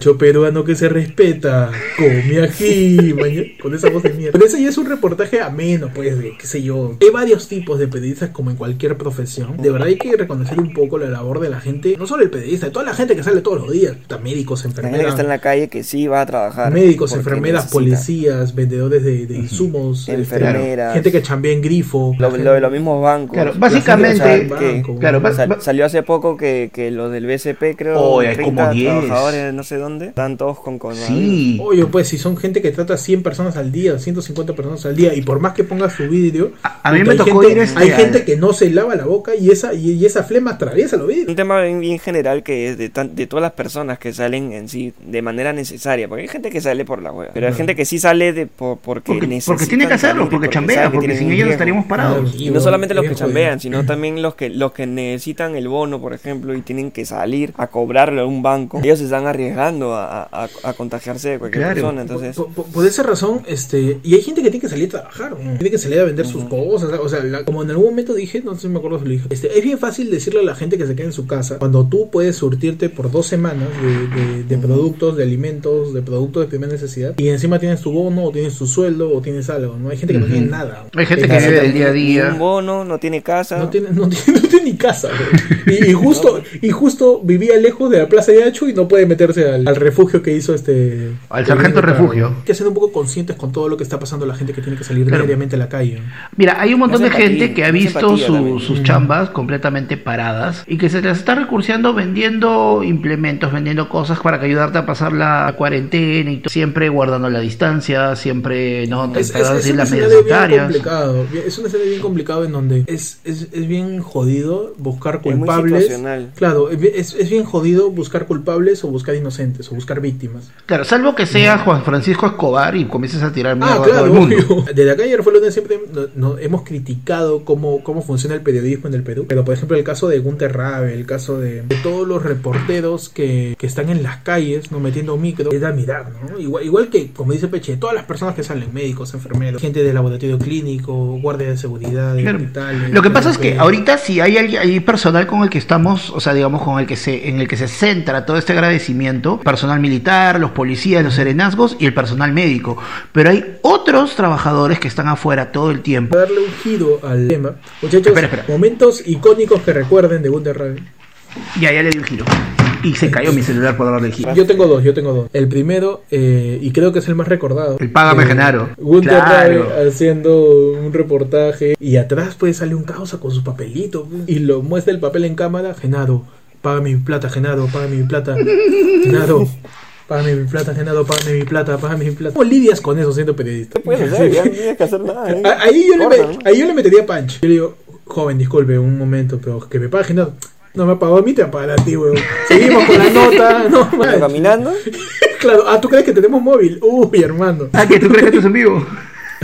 Yo peruano que se respeta, come aquí, maña- con esa voz de mierda. Pero ese ya es un reportaje ameno, pues, de qué sé yo. Hay varios tipos de periodistas, como en cualquier profesión. De verdad hay que reconocer un poco la labor de la gente, no solo el periodista, de toda la gente que sale todos los días. Hasta Médicos,
La gente que
enfermeras,
está en la calle que sí va a trabajar.
Médicos,
porque
enfermeras,
necesita.
policías, vendedores de, de insumos, este,
Enfermeras.
gente que chambea en grifo.
Lo, lo de los mismos bancos.
Claro,
La gente que
básicamente-
sabe que-
Banco,
claro, ba-
Sal-
ba-
salió hace poco que, que los del BCP, creo,
Oh, hay
30
como 10.
trabajadores, no sé dónde, están todos con coronavirus.
sí
Oye, pues si son gente que trata 100 personas al día, 150 personas al día, y por más que ponga su vidrio,
A- a mí
puta,
me
hay
tocó
gente,
ir, este,
hay
al-
gente que no se lava la boca y esa, y, y esa flema atraviesa los vidrios.
Un tema bien, bien general que es de, tan- de todas las personas que salen en sí de manera necesaria, porque hay gente que sale por la hueá, pero hay gente que sí sale de, por- porque,
porque, porque
necesitan
tiene que
salir
hacerlo
y
porque
saben
chambea
que
porque
tienen
sin
un
ellos
riesgo.
estaríamos parados
Claro.
Y no solamente los que
Bien jodido.
chambean, sino también los que, los que necesitan el bono, por ejemplo, y tienen que salir a cobrarlo a un banco. Ellos se están arriesgando a, a- a- a contagiarse de cualquier
Claro.
persona. Entonces,
Por, por- por esa razón, este, y hay gente que tiene que salir a trabajar, ¿no? tiene que salir a vender sus cosas, o sea, la- como en algún momento dije, no sé si me acuerdo si lo dije, este, es bien fácil decirle a la gente que se quede en su casa cuando tú puedes surtirte por dos semanas de, de- de productos, de alimentos, de productos de primera necesidad, y encima tienes tu bono, o tienes tu sueldo, o tienes algo, ¿no? Hay gente que no
Ujú.
tiene nada.
Hay gente
Eh,
que
la-
vive del
también
día a
ni
día.
un bono, no tiene casa.
no tiene, no tiene, no tiene ni casa, güey. y, y justo, y justo vivía lejos de la Plaza de Acho y no puede meterse al, al refugio que hizo este.
Al sargento
que-
refugio.
Hay que ser un poco conscientes con todo lo que está pasando la gente que tiene que salir
Claro.
diariamente a la calle.
Mira, hay un montón
No
de
es empatía,
gente que ha
no es
visto
empatía
su-
también.
sus chambas completamente paradas y que se las está recurseando vendiendo implementos, vendiendo cosas para que ayudarte a pasar la cuarentena y todo. siempre guardando la distancia, siempre no te
Es, es,
vas a
es
decir
un
las medidas
escenario bien
sanitarias.
complicado. bien- Es un escenario bien complicado en donde es, es, es bien jodido buscar
muy
culpables.
situacional.
claro, es, bien- es- es bien jodido buscar culpables o buscar inocentes o buscar víctimas.
Claro, salvo que sea Juan Francisco Escobar y comiences a tirar mierda
Ah,
a todo
claro,
el mundo.
obvio. Desde acá ayer fue lunes siempre no- no- hemos criticado cómo, cómo funciona el periodismo en el Perú. Pero por ejemplo el caso de Gunter Rabe, el caso de, de todos los reporteros que, que están en las calles, no metiendo micro, es de admirar, ¿no? Igual, igual que, como dice Peche, todas las personas que salen, médicos, enfermeros, gente del laboratorio clínico, guardias de seguridad, de
Claro.
hospitales.
Lo que pasa es que
enfermeros.
ahorita si hay alguien- hay personal con el que estamos, o sea, digamos con el que se en el que se centra todo este agradecimiento, personal militar, los policías, los serenazgos y el personal médico, pero hay otros trabajadores que están afuera todo el tiempo.
Para darle un giro al tema, muchachos,
Espera, espera.
momentos icónicos que recuerden de Gunter Rabe.
Ya ya le di un giro y se cayó mi celular por darle el giro.
Yo tengo dos, yo tengo dos. El primero, eh, y creo que es el más recordado.
El Págame, Genaro.
Gunter
Claro.
Rabe haciendo un reportaje. Y atrás pues sale un causa con su papelito. pues, Y lo muestra el papel en cámara. Genaro, paga mi plata, Genaro, paga mi plata. Genaro, págame mi plata, Genaro, págame mi plata, págame mi plata. ¿Cómo lidias con eso siendo periodista?
No puedes hacer, ya no tienes que hacer nada. ¿eh?
A- Ah, Ahí yo, le
Corta,
me-
¿no?
ahí yo le metería punch. Yo le digo, joven, disculpe, un momento, pero que me pague Genaro. No me pagó a mí, te pagará a ti, weón. Seguimos con la nota. No,
Pero
man.
caminando,
Claro, ah, ¿tú crees que tenemos móvil? Uy, hermano.
Ah, que tú crees que esto es en vivo.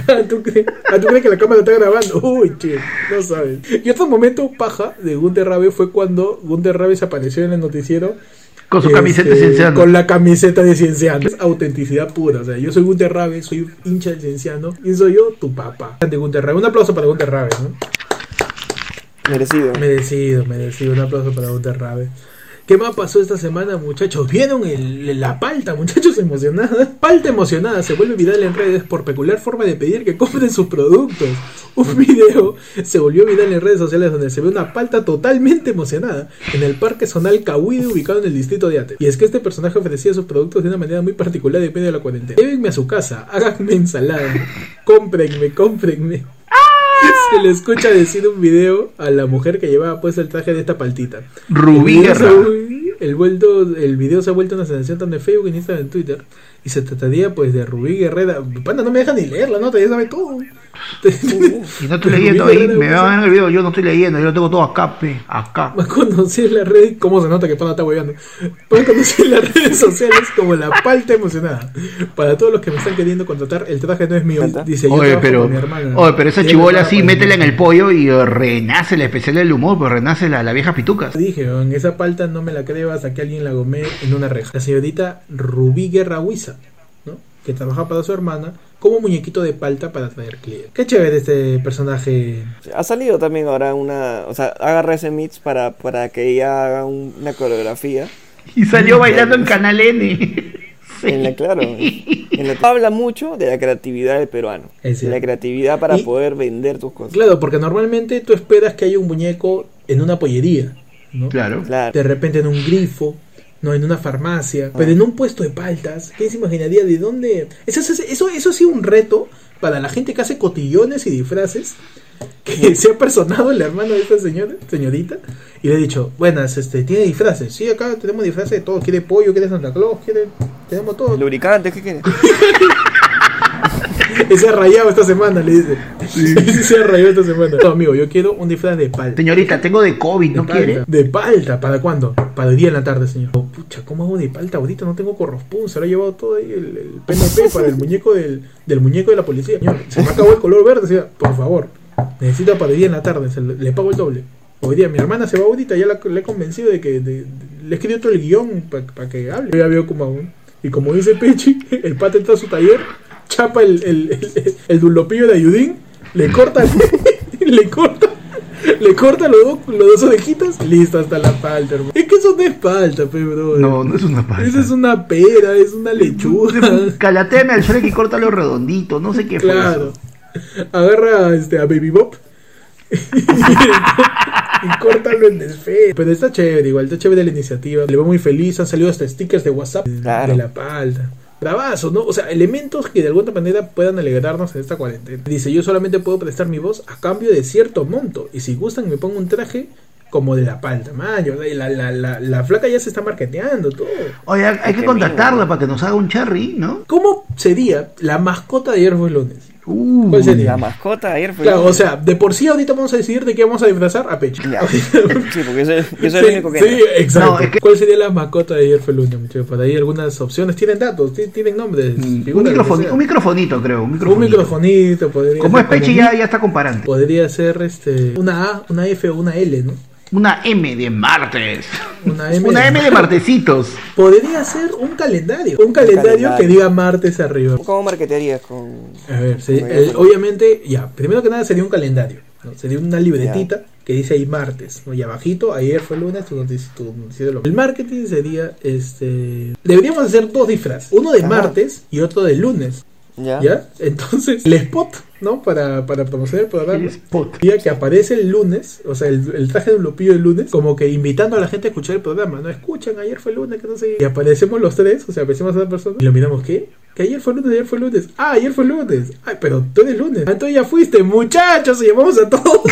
Ah, ¿Tú crees, ah, ¿tú crees que la cámara está grabando? Uy, che, no sabes. Y otro momento paja de Gunter Rabe fue cuando Gunter Rabe se apareció en el noticiero.
Con su camiseta
este,
cienciana.
Con la camiseta de Cienciano. Es autenticidad pura. O sea, yo soy Gunter Rabe, soy hincha del Cienciano. Y soy yo, tu papá. Ante Gunter Rabe. Un aplauso para Gunter Rabe, ¿no?
merecido.
Merecido, merecido. Un aplauso para Gunter Rabe. ¿Qué más pasó esta semana, muchachos? ¿Vieron el- la palta, muchachos? Emocionada. Palta emocionada se vuelve viral en redes por peculiar forma de pedir que compren sus productos. Un video se volvió viral en redes sociales donde se ve una palta totalmente emocionada en el parque zonal Cahuide ubicado en el distrito de Ate. Y es que este personaje ofrecía sus productos de una manera muy particular de medio de la cuarentena. Llévenme a su casa, háganme ensalada, cómprenme, cómprenme. Se le escucha decir un video a la mujer que llevaba puesto el traje de esta paltita.
Rubí
El video se
Guerra.
ha- El, vuelto, el video se ha vuelto una sensación tanto en Facebook, en Instagram, en Twitter. Y se trataría pues de Rubí Guerrera. Panda, no me deja ni leer la nota, ya sabe todo.
Si no
Rubí
estoy leyendo ahí,
Guerrera,
me
pues,
va a ver en el video. Yo no estoy leyendo, yo lo tengo todo acá, pe. Acá.
Más conocer las redes, cómo se nota que Panda está hueveando. Pueden conocer las redes sociales como la palta emocionada. Para todos los que me están queriendo contratar, el traje no es mío.
¿Verdad?
Dice yo
Oye,
trabajo
pero,
con mi hermana.
oye, pero esa
Tiene
chibola
hermana
sí,
para
métela en
mí.
el pollo y eh, renace la especial del humor, pero renace la, la vieja pituca.
Dije, en esa palta no me la creo hasta que alguien la gomé en una reja. La señorita Rubí Guerra Huiza, ¿no? Que trabaja para su hermana como muñequito de palta para atraer clientes. Qué chévere este personaje.
Ha salido también ahora una. O sea, agarra ese mix para, para que ella haga un- una coreografía.
Y salió bailando en Canal N. Sí.
En la, claro. en la- habla mucho de la creatividad del peruano.
Es
De la
cierto.
creatividad para
Y-
poder vender tus cosas.
Claro, porque normalmente tú esperas que haya un muñeco en una pollería, ¿no?
Claro.
Claro.
De repente en un grifo, no en una farmacia, pero en un puesto de paltas. ¿Quién se imaginaría de dónde? Eso, eso, eso, eso ha sido un reto para la gente que hace cotillones y disfraces. Que se ha personado el hermano de esta señora, señorita, y le ha dicho, buenas, este, tiene disfraces. Sí, acá tenemos disfraces de todo, quiere pollo, quiere Santa Claus, quiere, tenemos todo.
Lubricante, ¿qué quieres?
Ese ha rayado esta semana, le dice. Ese se ha rayado esta semana. No, amigo, yo quiero un disfraz de palta.
Señorita, tengo de COVID, ¿no
palta.
quiere?
De palta, ¿para cuándo? Para hoy día en la tarde, señor. Oh, pucha, ¿cómo hago de palta ahorita? No tengo corresponsal se lo ha llevado todo ahí el, el PNP para el muñeco del, del muñeco de la policía. Señor, se me acabó el color verde, señor. Por favor, necesito para hoy día en la tarde, se le, le pago el doble. Hoy día mi hermana se va ahorita, ya la, la he convencido de que de- de- le escribí todo el guión para que hable. Yo ya veo como aún. Y como dice Pechi, el pata entra a su taller, chapa el, el, el, el dulopillo de Ayudín, le corta, le corta le corta los, do- los dos orejitas, listo, hasta la palta, hermano. Es que eso no es palta, pe, bro.
No, no es una palta.
Eso es una pera, es una lechuga.
Calateame al Shrek y córtalo redondito, no sé qué fue
claro.
eso.
Agarra este, a Baby Bob. y córtalo en desfile. Pero está chévere, igual, está chévere la iniciativa. Le veo muy feliz, han salido hasta stickers de WhatsApp
Claro.
de la palta. Bravazo, ¿no? O sea, elementos que de alguna manera puedan alegrarnos en esta cuarentena. Dice, yo solamente puedo prestar mi voz a cambio de cierto monto. Y si gustan, me pongo un traje como de la palta. Man, yo- la, la, la, la flaca ya se está marketeando todo.
Oye, hay que
Qué
contactarla para que nos haga un cherry, ¿no?
¿Cómo sería la mascota de ayer fue lunes?
Uh,
¿Cuál sería?
La mascota ayer
Pues
fue.
Claro, o sea, de por sí ahorita vamos a decidir de qué vamos a disfrazar a Pecho.
Ya. Sí, porque yo soy, yo soy el único que.
sí, exacto.
No, es que-
¿Cuál sería la mascota de ayer fue lunes, muchachos? Por Pues ahí algunas opciones. Tienen datos, ti- tienen nombres.
Mm, un,
figuras, lo que
microfoni-
sea.
un microfonito, creo. Un
Un
microfonito.
microfonito podría
Como es
ser
Peche,
como
ya,
un-
ya está comparante.
Podría ser este una A, una F o una L, ¿no?
Una M de martes.
Una M.
Una M de martesitos.
Podría ser un calendario. Un calendario
calendario.
que diga martes arriba.
¿Cómo marketearías con.?
A ver, se-
Con
el-
ella.
obviamente, ya, primero que nada sería un calendario, ¿no? sería una libretita que dice ahí martes, ¿no? y abajito, ayer fue lunes, tu noticia, tu noticia de lo- El marketing sería, este, deberíamos hacer dos disfraces, uno de
Ajá.
martes y otro de lunes,
¿Ya?
¿ya? Entonces, el spot, ¿no? Para, para promocionar el programa.
El spot.
Día que aparece el lunes, o sea, el, el traje de Lupillo el lunes, como que invitando a la gente a escuchar el programa. No escuchan, ayer fue lunes, que no sé. qué. Y aparecemos los tres, o sea, aparecemos a esa persona y lo miramos, ¿qué? Que ayer fue lunes, ayer fue lunes. Ah, ayer fue lunes. Ay, pero tú eres lunes. Ah, Entonces ya fuiste, muchachos, y llamamos a todos.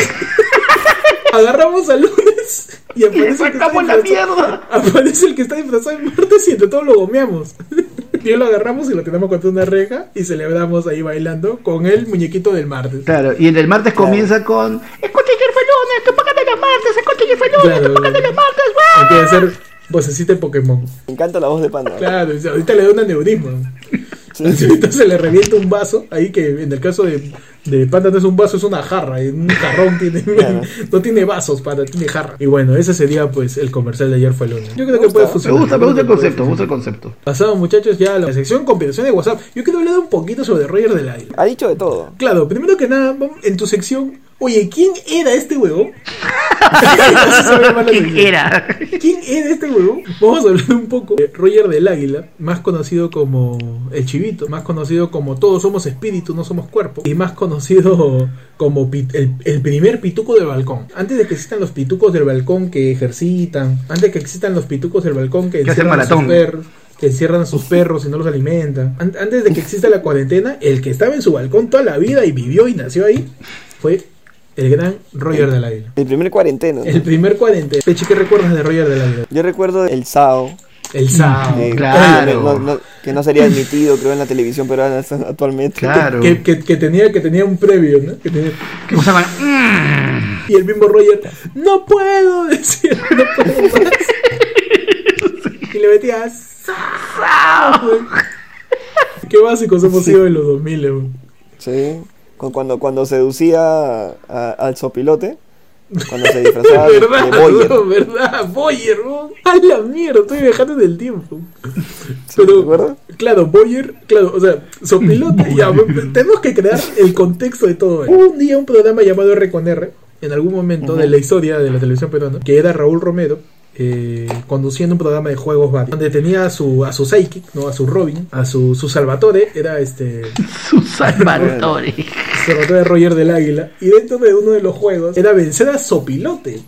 Agarramos al lunes y
Y le
aparece el que está
sacamos la
disfrazado-
mierda.
Aparece el que está disfrazado el martes y entre todos lo gomeamos. Y lo agarramos y lo tenemos contra una reja y celebramos ahí bailando con el muñequito del martes.
Claro, y el del martes comienza con Escucha que fue lunes, tú pagas de los martes, escucha que fue lunes,
Claro.
tú pagas de los martes, ¡guau!
Empieza a ser vocecita de Pokémon.
Me encanta la voz de Panda.
Claro, o sea, ahorita le da un aneurisma.
Sí.
Ahorita se le revienta un vaso, ahí que en el caso de, de Panda no es un vaso, es una jarra, en un jarrón tiene,
Claro.
no tiene vasos, Panda, tiene jarra. Y bueno, ese sería pues el comercial de ayer fue lunes. Yo creo
Me
que
gusta.
puede
Me
funcionar.
gusta, me gusta
Yo
el
creo que
concepto,
puede
me gusta el concepto.
Pasado muchachos ya a la sección combinación de WhatsApp. Yo quiero hablar un poquito sobre Roger del Aire.
Ha dicho de todo.
Claro, primero que nada, vamos- en tu sección, oye, ¿quién era este huevón? Así se va a llamar la
¿Quién
sección.
era?
¿Quién era este huevón? Vamos a hablar un poco de Roger del Águila, más conocido como El Chivito, más conocido como Todos somos espíritu, no somos cuerpo, y más conocido como pit- el, el primer pituco del balcón. Antes de que existan los pitucos del balcón que ejercitan, antes de que existan los pitucos del balcón que
Que hacen
encierran a sus
maratón.
perros, que encierran a sus perros y no los alimentan. An- antes de que exista la cuarentena, el que estaba en su balcón toda la vida y vivió y nació ahí fue el gran Roger del Águila.
El primer cuarentena. ¿no?
El primer cuarentena. Pechi, ¿qué recuerdas de Roger del Águila?
Yo recuerdo el SAO.
El Sao.
eh,
Claro.
no- no- que no sería admitido, creo, en la televisión peruana actualmente.
Claro.
Que, que- que tenía, que tenía un previo, ¿no? Que tenía-
Que usaban, "Mm".
y el mismo Roger, no puedo decir, no puedo más. Y le metía, "Sao". Qué básicos hemos sido en los 2000, weón.
Sí. Cu- Cuando, cuando seducía a- a- al sopilote. Cuando se disfrazaba de, de
verdad,
Boyer.
no, verdad, Boyer, weón. a la mierda, estoy viajando en el tiempo.
¿te
Pero,
acuerdas?
claro, Boyer, claro, o sea, Sopilote, ya, tenemos que crear el contexto de todo. Hubo un día un programa llamado R con R, en algún momento de la historia de la televisión peruana, que era Raúl Romero. eh, conduciendo un programa de juegos bar, donde tenía a su a su sidekick, no a su Robin, a su su Salvatore, era este
su Salvatore.
se trató de Roger del Águila, y dentro de uno de los juegos era vencer a Sopilote.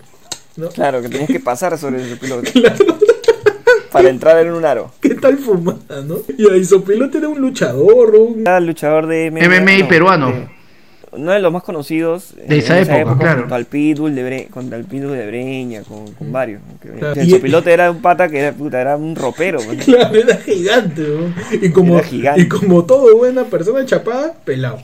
¿no?
Claro, que tenías que pasar sobre el sopilote.
Claro,
Para entrar en un aro.
¿qué tal fumada, no? Y ahí Sopilote era un luchador, un...
Era el luchador de MMA,
MMA
no,
peruano.
de- uno de los más conocidos eh,
De esa
en
época, claro.
Junto al Pitbull de, Bre- contra el Pitbull de Breña, con, con varios. que-
Claro.
o sea, el
Y-
e-
sopilote era un pata que era, puta, era un ropero. pues, ¿no?
Claro, era gigante, ¿no? Y como,
Era gigante.
y como todo buena persona chapada, pelado.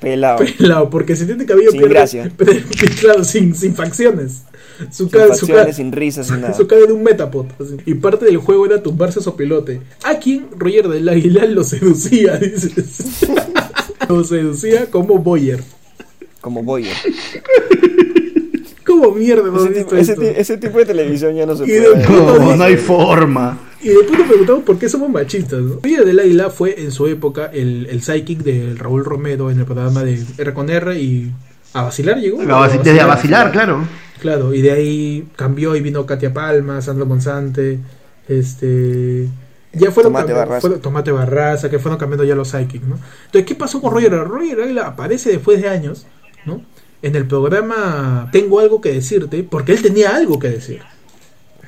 pelado.
Pelado, porque si tiene cabello
Ah. Sin
pierde-
gracia.
pierde- claro, sin, sin facciones. Su
Sin
cara, su cara,
facciones, sin risas, sin nada.
su cara era un metapod. así. Y parte del juego era tumbarse a Sopilote. A quien Roger del Águila lo seducía, dices. lo seducía como Boyer.
Como Boyer.
¿Cómo mierda hemos
Ese,
visto
tipo, ese
esto?
ti- ese tipo de televisión ya no se
Y de
puede.
puta
ver.
No, no hay forma.
Y después nos preguntamos por qué somos machistas. ¿no? Villa del Águila fue en su época el, el psychic de Raúl Romero en el programa de R con R y a vacilar llegó.
A vaci- Desde a vacilar, claro.
Claro, y de ahí cambió y vino Katia Palma, Sandro Monsante, este. Ya fueron
Tomate
cambi-
Barraza.
fueron- Tomate Barraza, que fueron cambiando ya los psychics, ¿no? Entonces, ¿qué pasó con Roger?
Mm.
Roger Águila aparece después de años, ¿no? En el programa Tengo algo que decirte, porque él tenía algo que decir.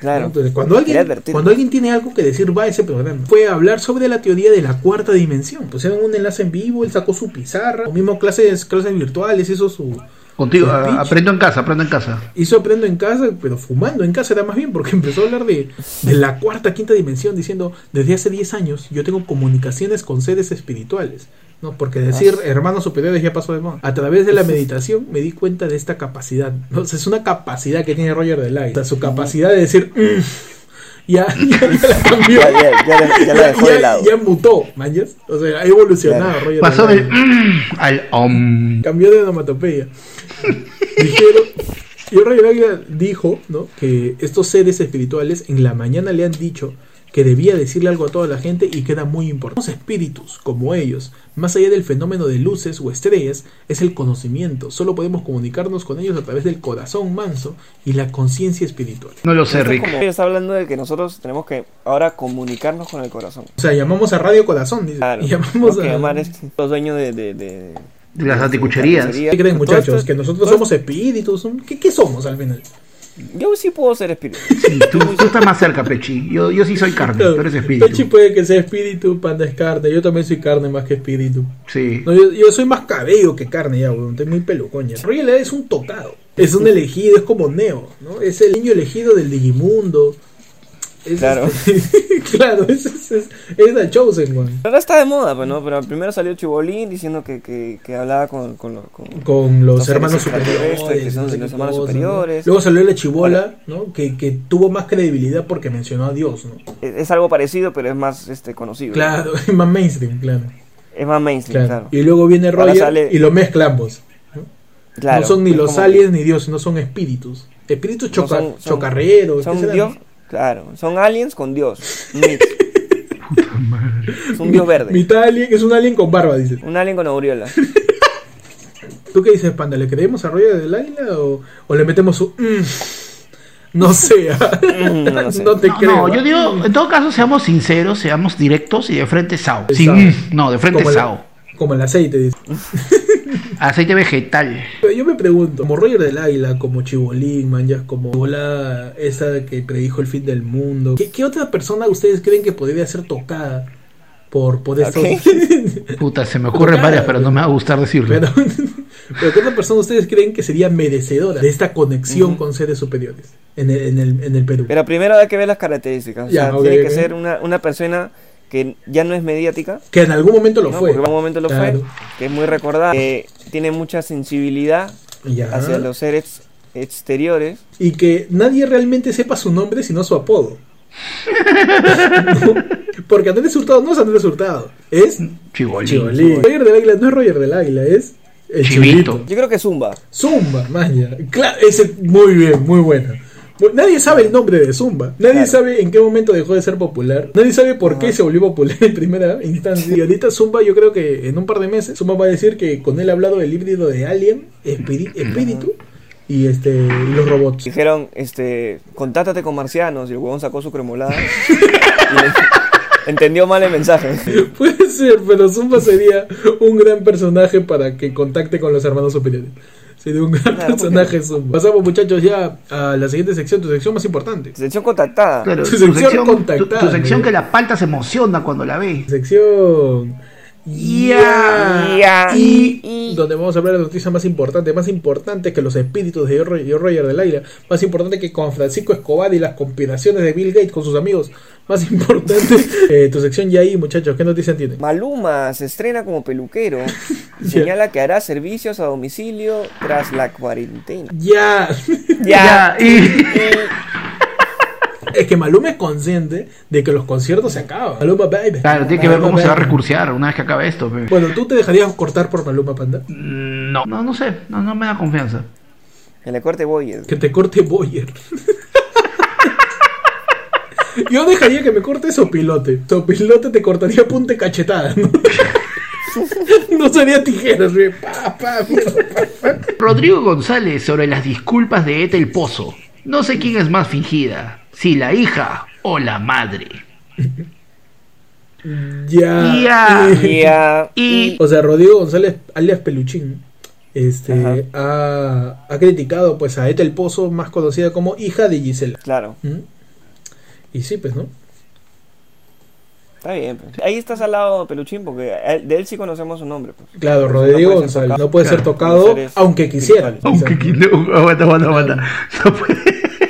Claro.
Entonces, cuando
Quería
alguien,
advertir.
cuando alguien tiene algo que decir, va a ese programa. Fue a hablar sobre la teoría de la cuarta dimensión. Pusieron un enlace en vivo, él sacó su pizarra, o mismo clases, clases virtuales, hizo su.
Contigo,
El
a-
pitch.
aprendo en casa, aprendo en casa.
Hizo aprendo en casa, pero fumando en casa era más bien, porque empezó a hablar de, de la cuarta, quinta dimensión, diciendo, desde hace 10 años yo tengo comunicaciones con seres espirituales. No, porque decir hermanos superiores ya pasó de moda. A través de la meditación me di cuenta de esta capacidad. ¿no? O sea, es una capacidad que tiene Roger Delay. O sea, su capacidad de decir, "Mm", ya, ya, ya la cambió.
Ya, ya, ya la- ya la dejó de lado.
ya mutó, mañas. O sea, ha evolucionado
Claro.
Roger
Pasó
Delay.
del mm al om.
Cambió de onomatopeya. Dijeron. Y Roger Águila dijo ¿no? que estos seres espirituales en la mañana le han dicho que debía decirle algo a toda la gente y que era muy importante. Los espíritus, como ellos, más allá del fenómeno de luces o estrellas, es el conocimiento. Solo podemos comunicarnos con ellos a través del corazón manso y la conciencia espiritual.
No lo sé,
Esto es
Rick.
como- está hablando de que nosotros tenemos que ahora comunicarnos con el corazón.
O sea, llamamos a Radio Corazón, dice.
Claro.
Y
Tenemos
llamamos
que
a...
llamar este, los dueños de, de, de-
De las
de-
anticucherías.
carnicería.
¿Qué creen,
Todo
muchachos?
esto-
Que nosotros
todo
somos espíritus. ¿Qué, qué somos al final?
esto- Yo sí puedo ser espíritu.
Sí, tú, tú estás más cerca, Pechi. Yo, yo sí soy carne, tú eres
Pechi
espíritu.
puede que sea espíritu, panda es carne. Yo también soy carne más que espíritu.
Sí.
No, yo, yo soy más cabello que carne ya, weón. Estoy muy pelucoña. Royal es un tocado. Es un elegido, es como Neo, ¿no? Es el niño elegido del Digimundo. Es
Claro.
este- claro, es, es, es, es The Chosen, weón.
Ahora está de moda, pues, ¿no? Pero primero salió Chibolín diciendo que, que, que hablaba con, con, lo- con-
Con los
Los
hermanos
hermanos
superiores.
extraterrestres, que son
no sé
los
qué
hermanos
cosa,
superiores.
¿no? Luego salió la chibola, ¿no? Que, que tuvo más credibilidad porque mencionó a Dios, ¿no?
Es, es algo parecido, pero es más este, conocido.
Claro, más mainstream, claro.
Es más mainstream,
claro.
claro.
Y luego viene
Ahora
Roger
sale-
y lo mezcla ambos.
Claro,
no son ni
es
los
como que
aliens ni Dios, no son espíritus. Espíritus
no
choca-
son- son-
chocarreros. ¿qué
Son
serán?
Dios, claro. Son aliens con Dios. un mix. es un Dios verde.
Mitad alien, es un alien con barba, dices.
Un alien con aureola.
¿Tú qué dices, Panda? ¿Le creemos a Roger del Águila o, o le metemos su... mm? no sé. ah?
Mm, no sé.
te
No,
creo.
no, yo
ah.
digo, en todo caso, seamos sinceros, seamos directos y de frente sao. Sin,
Sao.
mm, no, de frente
Como el-
sao.
como el aceite, dice.
Aceite vegetal.
Pero Yo me pregunto, como Roger del Águila, como Chibolín, Manjas, como Bola, esa que predijo el fin del mundo, ¿qué, qué otra persona ustedes creen que podría ser tocada por, por estos?
Ok.
Puta, se me ocurren
Claro.
varias, pero no me va a gustar decirlo.
pero, pero ¿qué otra persona ustedes creen que sería merecedora de esta conexión con seres superiores en el, en el, en el Perú?
Pero primero hay que ver las características. O
Ya,
sea,
ok,
tiene
ok.
que ser una, una persona que ya no es mediática.
que en algún momento lo
¿no?
fue.
Porque en un momento lo
Claro.
fue. Que es muy recordada. Que tiene mucha sensibilidad
Ya.
hacia los seres exteriores.
Y que nadie realmente sepa su nombre sino su apodo. Porque Andrés Hurtado no es Andrés Hurtado, es
Chibolín.
Chibolín. Roger del Águila no es Roger del Águila, es el
Chivito.
chivito.
Yo creo que Zumba.
Zumba, maña. Claro, ese, muy bien, muy bueno. Bu- Nadie sabe el nombre de Zumba. Nadie
Claro. Ah.
sabe en qué momento dejó de ser popular. Nadie sabe por qué se volvió popular en primera instancia. Y ahorita Zumba, yo creo que en un par de meses, Zumba va a decir que con él ha hablado del híbrido de Alien, espiri- espíritu y este y los robots.
Dijeron, este, contáctate con marcianos. Y el huevón sacó su cremolada. y le- entendió mal el mensaje.
Puede ser, pero Zumba sería un gran personaje para que contacte con los hermanos superiores. Sería un gran
Claro,
personaje Zumba. Pasamos, muchachos, ya a la siguiente sección, tu sección más importante.
Sección contactada.
Claro,
Tu
tu
sección
sección, tu-
contactada,
tu sección
¿no?
que la palta se emociona cuando la ve.
Sección. Ya.
Ya.
Y donde vamos a hablar de la noticia más importante, más importante que los espíritus de Roger, Roger del Aire, más importante que con Francisco Escobar y las conspiraciones de Bill Gates con sus amigos, más importante eh, tu sección ya ahí, muchachos, ¿qué noticia tienen?
Maluma se estrena como peluquero y
Ya.
señala que hará servicios a domicilio tras la cuarentena.
Ya.
Ya, y-
es que Maluma es consciente de que los conciertos se acaban. Maluma baby.
Claro, tiene que ver
Maluma,
cómo se va a
baby.
recursear una vez que acabe esto. pe.
Bueno, ¿tú te dejarías cortar por Maluma Panda?
Mm, No, no, no sé, no, no me da confianza.
En la corte Boyer.
Que te corte Boyer. Yo dejaría que me corte Sopilote. Sopilote te cortaría punta y cachetada, ¿no? No sería tijeras, güey. Pa, pa, pa, pa.
Rodrigo González sobre las disculpas de Ethel Pozo. No sé quién es más fingida, si la hija o la madre.
Ya.
Ya.
Eh,
Ya.
Y
O sea, Rodrigo González, alias Peluchín,
Ajá.
este, ha, ha criticado pues a Ethel Pozo, más conocida como hija de Gisela.
Claro,
¿Mm? Y sí, pues, ¿no?
está bien. pues. Ahí estás al lado de Peluchín porque a él- de él sí conocemos su nombre. pues.
Claro,
no
Rodrigo
puede ser
González
tocado.
no puede ser
Claro.
tocado,
Seres
aunque quisiera.
espirituales.
aunque
Exacto.
no, aguanta, aguanta, aguanta. No puede.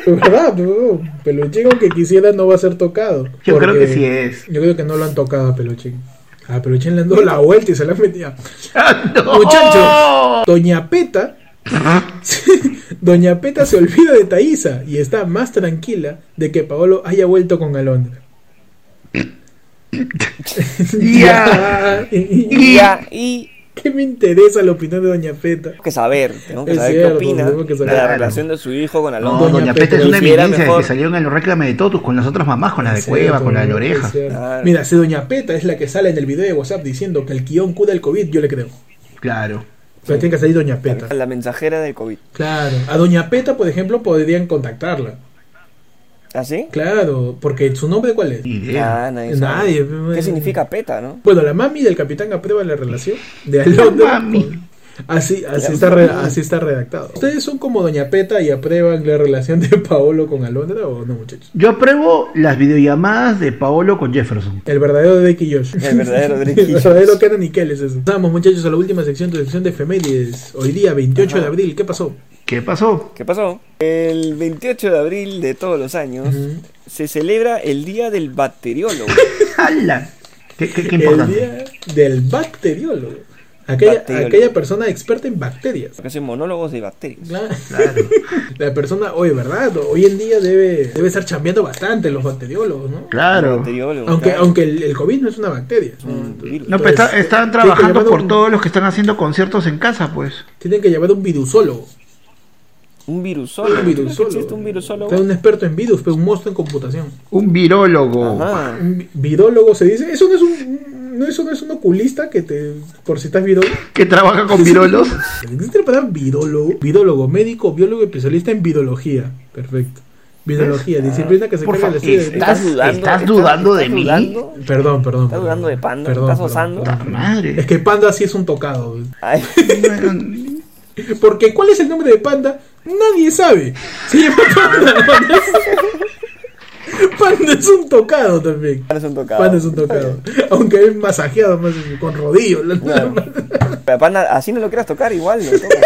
De verdad, no. Peluchín, aunque quisiera, no va a ser tocado.
Yo creo
Porque
que sí es.
Yo creo que no lo han tocado a Peluchín. A Peluchín le han dado la vuelta y se la han metido.
¡Ah, no! ¡Oh!
Muchacho. Doña Peta. Doña Peta se olvida de Thaisa y está más tranquila de que Paolo haya vuelto con Alondra.
Ya.
¿Qué
Ya. Y
me interesa la opinión de Doña Peta?
tengo que saber, tengo que
Es
saber
cierto,
qué opina
tenemos que
de
saber.
la relación de su hijo con
No,
Alonso.
Doña
Doña Peta
Peta
es una
quisiera
eminencia desde
mejor.
que salió en el reclame de Totus con las otras mamás, con la de
Es
Cueva,
cierto,
con la de la
es
oreja.
cierto.
Claro.
Mira, si Doña Peta es la que sale en el video de WhatsApp diciendo que el guión cura el COVID, yo le creo.
Claro.
Pero tiene que salir Doña Peta.
La mensajera del COVID.
Claro. A Doña Peta, por ejemplo, podrían contactarla.
¿Así?
Claro, porque su nombre cuál es.
Idea.
¿Ah, nadie. sabe.
Nadie, pues,
¿Qué
bueno.
significa peta, no?
Bueno, la mami del capitán aprueba la relación de Alondra.
La mami.
con- Así, así, está re- así está redactado. ¿Ustedes son como Doña Peta y aprueban la relación de Paolo con Alondra o no, muchachos?
Yo apruebo las videollamadas de Paolo con Jefferson.
El verdadero de y Josh.
El verdadero Drake y
El
Josh.
verdadero Kenan y Kel es eso. Vamos, muchachos, a la última sección, tu sección de efemérides. Hoy día, 28 de abril, ¿qué pasó?
¿Qué pasó?
¿Qué pasó? El 28 de abril de todos los años, se celebra el Día del Bacteriólogo.
¡Hala! ¿Qué, qué, qué
El
importante?
día del bacteriólogo. Aquella,
Bacteriólogo.
aquella persona experta en bacterias.
Porque hacen monólogos de bacterias.
La,
Claro.
la persona, oye, ¿verdad? Hoy en día debe, debe estar chambeando bastante los bacteriólogos, ¿no?
Claro.
Bacteriólogo,
Aunque,
claro.
aunque el, el COVID no es una bacteria. es un-
Mm, virus.
No, pues está-
entonces,
están
tienen que
trabajando
llamar a
por
un-
todos los que están haciendo conciertos en casa, pues.
Tienen que llevar a un virusólogo.
Un virusólogo.
Un
¿Tú crees que
virusólogo.
existe un
O
virusólogo?
sea, un experto en virus, pero un monstruo en computación.
Un virólogo.
Ajá.
Un vi- virólogo se dice. Eso no es un. No, eso no es un oculista que te. Por si estás virólogo.
Que trabaja con virolos.
¿Existe la palabra virólogo? Virólogo, médico, biólogo y especialista en virología. Perfecto. Virología, disciplina que se
Ah, Por
encarga del
favor,
estudio de-
¿estás,
dudando?
estás dudando de
¿Estás
mí?
dudando?
Perdón, perdón.
¿Estás dudando de Panda? ¿Estás osando?
Puta madre.
Es que Panda sí es un tocado.
Ay,
Bueno,
Porque ¿cuál es el nombre de Panda? Nadie sabe. Se llama Panda. Panda es, Panda es un tocado también.
Panda es un tocado.
Panda es un tocado. Aunque es masajeado más con rodillos. la-
Claro. Pero Panda, así no lo quieras tocar, igual lo tocas.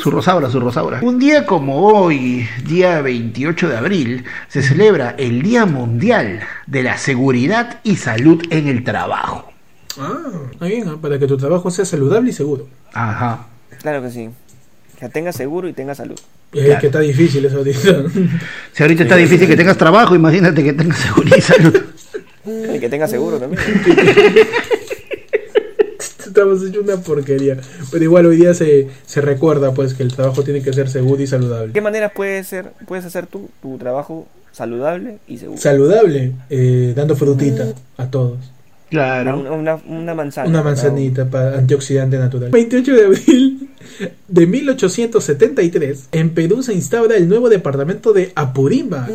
Su rosaura, su rosaura. Un día como hoy, día 28 de abril, se celebra el Día Mundial de la Seguridad y Salud en el Trabajo.
Ah, está bien, ah, para que tu trabajo sea saludable y seguro.
Ajá.
Claro que sí. Que tenga seguro y tenga salud.
Es que está difícil eso ahorita.
Si ahorita está difícil que tengas trabajo, imagínate que tengas seguridad y salud.
Y que tenga seguro también.
Estamos hecho una porquería. Pero igual hoy día se, se recuerda pues que el trabajo tiene que ser seguro y
¿De
saludable.
qué maneras puedes, ser, puedes hacer tú tu trabajo saludable y seguro?
Saludable, eh, dando frutita a todos.
Claro.
Una, una, una manzana.
Una manzanita para antioxidante natural. 28 de abril de 1873, en Perú se instaura el nuevo departamento de Apurímac,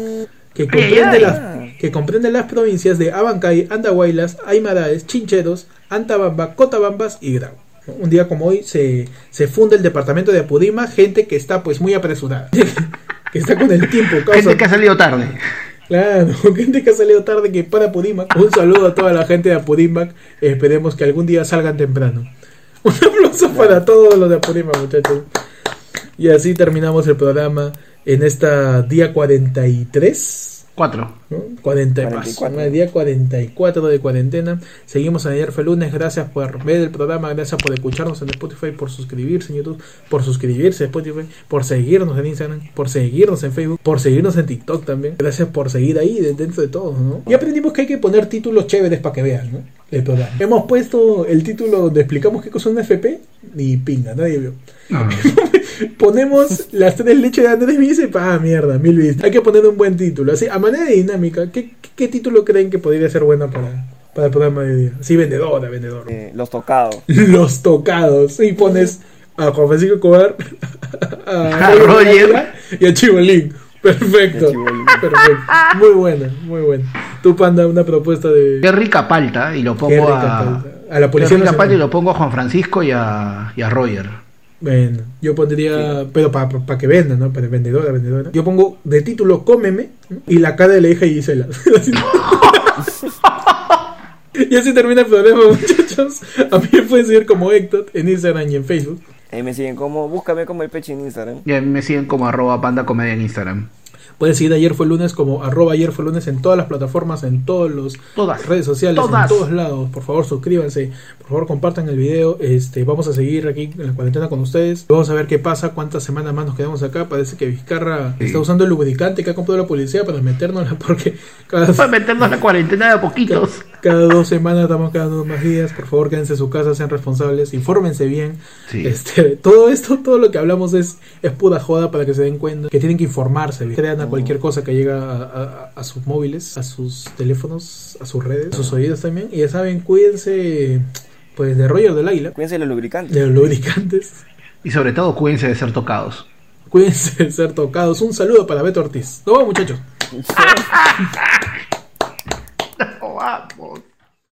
que comprende,
ay.
las, que comprende las provincias de Abancay, Andahuaylas, Aymaraes, Chincheros, Antabamba, Cotabambas y Grau. Un día como hoy se, se funda el departamento de Apurímac, gente que está pues muy apresurada. Que está con el tiempo, causa.
Gente que ha salido tarde.
Claro, gente que ha salido tarde que para Apurímac. Un saludo a toda la gente de Apurímac. Esperemos que algún día salgan temprano. Un aplauso para todos los de Apurímac, muchachos. Y así terminamos el programa en esta día 43.
Cuatro.
¿no? 40 y más.
44.
Una Día 44 de cuarentena. Seguimos en ayer fue lunes. Gracias por ver el programa. Gracias por escucharnos en Spotify, por suscribirse en YouTube, por suscribirse a Spotify, por seguirnos en Instagram, por seguirnos en Facebook, por seguirnos en TikTok también. Gracias por seguir ahí de- dentro de todos, ¿no? Y aprendimos que hay que poner títulos chéveres para que vean, ¿no? El programa. Hemos puesto el título donde explicamos qué cosa es un FP y pinga, nadie vio. Ponemos las tres leches de Andrés Vice, ah, mierda, mil vistas. Hay que poner un buen título. Así, a manera de dinámica, ¿qué, qué, qué título creen que podría ser bueno para, para el programa de hoy día? Sí, vendedora, vendedor.
Eh, los tocados.
Los tocados. Y pones a Juan Francisco Cobar, a,
A Roger.
Varela y a Chibolín. Perfecto.
Y a Chibolín.
Perfecto. Muy buena, muy buena. Tú, Panda, una propuesta de.
Qué rica palta. Y lo
Qué
pongo
rica
a.
palta. a la
Qué
policía.
rica
Nacional.
palta y lo pongo a Juan Francisco y a, y a Roger.
Bueno, yo pondría, pero para que venda, ¿no? Para vendedora, vendedora. Yo pongo de título Cómeme ¿no? y la cara de la hija de Gisela. y así termina el problema, muchachos. A mí me pueden seguir como Héctor en Instagram y en Facebook.
Ahí me siguen como, búscame como el peche en Instagram.
Y a mí me siguen como arroba panda comedia en Instagram.
Pueden seguir Ayer Fue Lunes como arroba Ayer Fue Lunes en todas las plataformas, en todos los
Todas.
redes sociales,
Todas.
en todos lados. Por favor, suscríbanse, por favor, compartan el video. Este, vamos a seguir aquí en la cuarentena con ustedes. Vamos a ver qué pasa, cuántas semanas más nos quedamos acá. Parece que Vizcarra está usando el lubricante que ha comprado la policía para metérnosla porque cada,
Para meternos la cuarentena de a poquitos.
cada dos semanas estamos quedando más días. Por favor, quédense en su casa, sean responsables, infórmense bien.
Sí.
Este, todo esto, todo lo que hablamos es, es pura joda para que se den cuenta que tienen que informarse, bien. crean a cualquier cosa que llega a, a- a sus móviles, a sus teléfonos, a sus redes, a sus oídos también. Y ya saben, cuídense pues de Roger del Águila,
Cuídense de los lubricantes.
de los lubricantes.
Y sobre todo, cuídense de ser tocados.
Cuídense de ser tocados. Un saludo para Beto Ortiz. Nos vamos, muchachos.
Vamos.